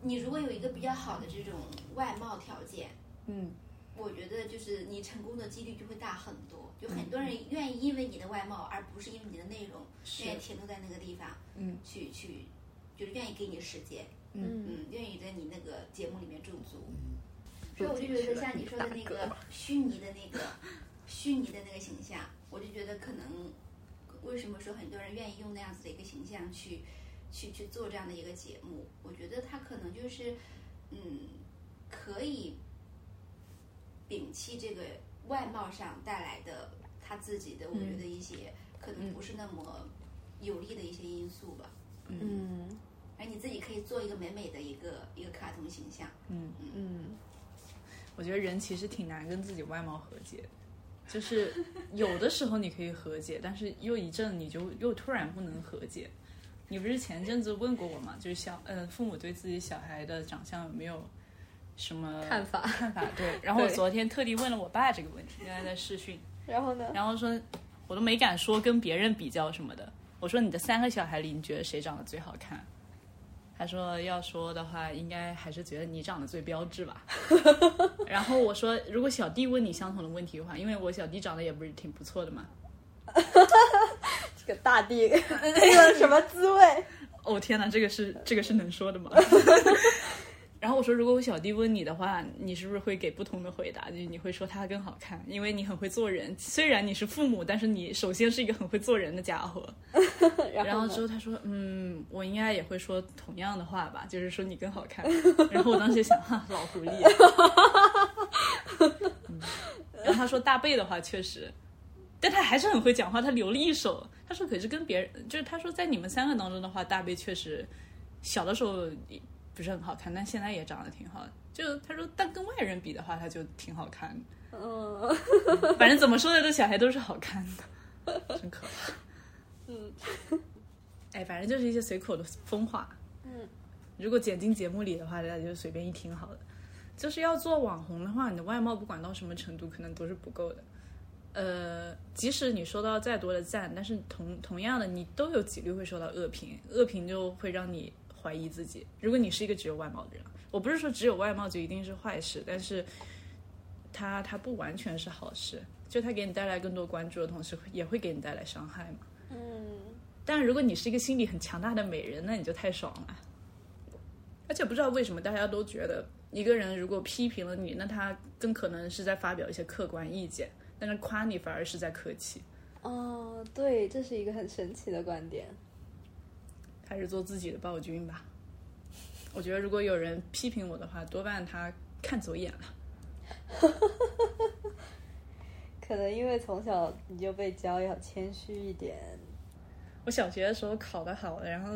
Speaker 5: 你如果有一个比较好的这种外貌条件，
Speaker 2: 嗯，
Speaker 5: 我觉得就是你成功的几率就会大很多。就很多人愿意因为你的外貌，而不是因为你的内容，愿意停留在那个地方，
Speaker 2: 嗯，
Speaker 5: 去去，就是愿意给你时间，
Speaker 1: 嗯，
Speaker 5: 嗯，愿意在你那个节目里面驻足。
Speaker 1: 嗯
Speaker 5: 所以我就觉得像你说的那个虚拟的那个虚拟的那个形象，我就觉得可能为什么说很多人愿意用那样子的一个形象去去去做这样的一个节目？我觉得他可能就是嗯，可以摒弃这个外貌上带来的他自己的，我觉得一些、可能不是那么有利的一些因素吧。
Speaker 1: 嗯
Speaker 5: 而你自己可以做一个美美的一个一个卡通形象，
Speaker 1: 嗯，
Speaker 2: 我觉得人其实挺难跟自己外貌和解的，就是有的时候你可以和解，但是又一阵你就又突然不能和解。你不是前阵子问过我吗？就是小嗯、父母对自己小孩的长相有没有什么
Speaker 1: 看法
Speaker 2: 看法？ 对。然后我
Speaker 1: 对
Speaker 2: 昨天特地问了我爸这个问题，原来在视讯，
Speaker 1: 然后呢？
Speaker 2: 然后说我都没敢说跟别人比较什么的。我说你的三个小孩里，你觉得谁长得最好看？他说要说的话，应该还是觉得你长得最标致吧。 然后我说，如果小弟问你相同的问题的话，因为我小弟长得也不是挺不错的嘛，
Speaker 1: 这个大地这个什么滋味？
Speaker 2: 哦天哪，这个是这个是能说的吗？ 然后我说，如果我小弟问你的话，你是不是会给不同的回答？就是你会说他更好看，因为你很会做人。虽然你是父母，但是你首先是一个很会做人的家伙。然
Speaker 1: 然
Speaker 2: 后
Speaker 1: 后
Speaker 2: 之
Speaker 1: 呢？
Speaker 2: 后他说，嗯，我应该也会说同样的话吧，就是说你更好 看。然后我当时想，哈，老狐狸。啊 嗯然后他说大贝的话确实，但他还是很会讲话，他留了一手。他说可是跟别人，就是他说在你们三个当中的话，大贝确实小的时候不是很好看，但现在也长得挺好的。就他说，但跟外人比的话，他就挺好看的。
Speaker 1: 嗯
Speaker 2: 反正怎么说呢，这小孩都是好看的，真可怕。
Speaker 1: 嗯，
Speaker 2: 哎，反正就是一些随口的疯话。
Speaker 1: 嗯，
Speaker 2: 如果剪进节目里的话，大家就随便一听好了。就是要做网红的话，你的外貌不管到什么程度，可能都是不够的。呃，即使你收到再多的赞，但是同同样的，你都有几率会收到恶评，恶评就会让你怀疑自己。如果你是一个只有外貌的人，我不是说只有外貌就一定是坏事，但是它它不完全是好事，就它给你带来更多关注的同时，也会给你带来伤害嘛。
Speaker 1: 嗯，
Speaker 2: 但如果你是一个心理很强大的美人，那你就太爽了。而且不知道为什么，大家都觉得一个人如果批评了你，那他更可能是在发表一些客观意见，但是夸你反而是在客气，
Speaker 1: 哦，对，这是一个很神奇的观点。
Speaker 2: 还是做自己的暴君吧。我觉得如果有人批评我的话，多半他看走眼了。
Speaker 1: 可能因为从小你就被教要谦虚一点，
Speaker 2: 我小学的时候考得好，然后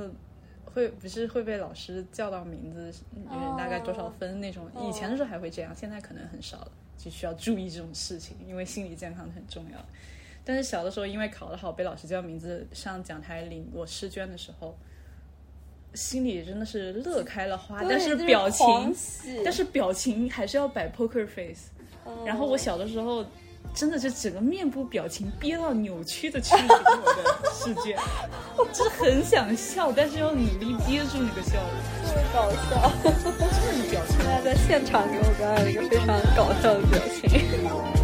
Speaker 2: 会不是会被老师叫到名字，嗯
Speaker 1: 哦
Speaker 2: 大概多少分那种。
Speaker 1: 哦
Speaker 2: 以前的时候还会这样，现在可能很少了，就需要注意这种事情，因为心理健康很重要。但是小的时候因为考得好被老师叫名字，上讲台领我试卷的时候，心里真的是乐开了花，
Speaker 1: 对
Speaker 2: 啊但
Speaker 1: 就是
Speaker 2: 表情，
Speaker 1: 狂喜
Speaker 2: 但是表情还是要摆 poker face。
Speaker 1: 嗯
Speaker 2: 然后我小的时候，真的就整个面部表情憋到扭曲的去领我的试卷，就是很想笑，但是要努力憋住那个笑容，哦
Speaker 1: 特别搞笑。
Speaker 2: 就是表情。
Speaker 1: 大家在现场给我表演了一个非常搞笑的表情。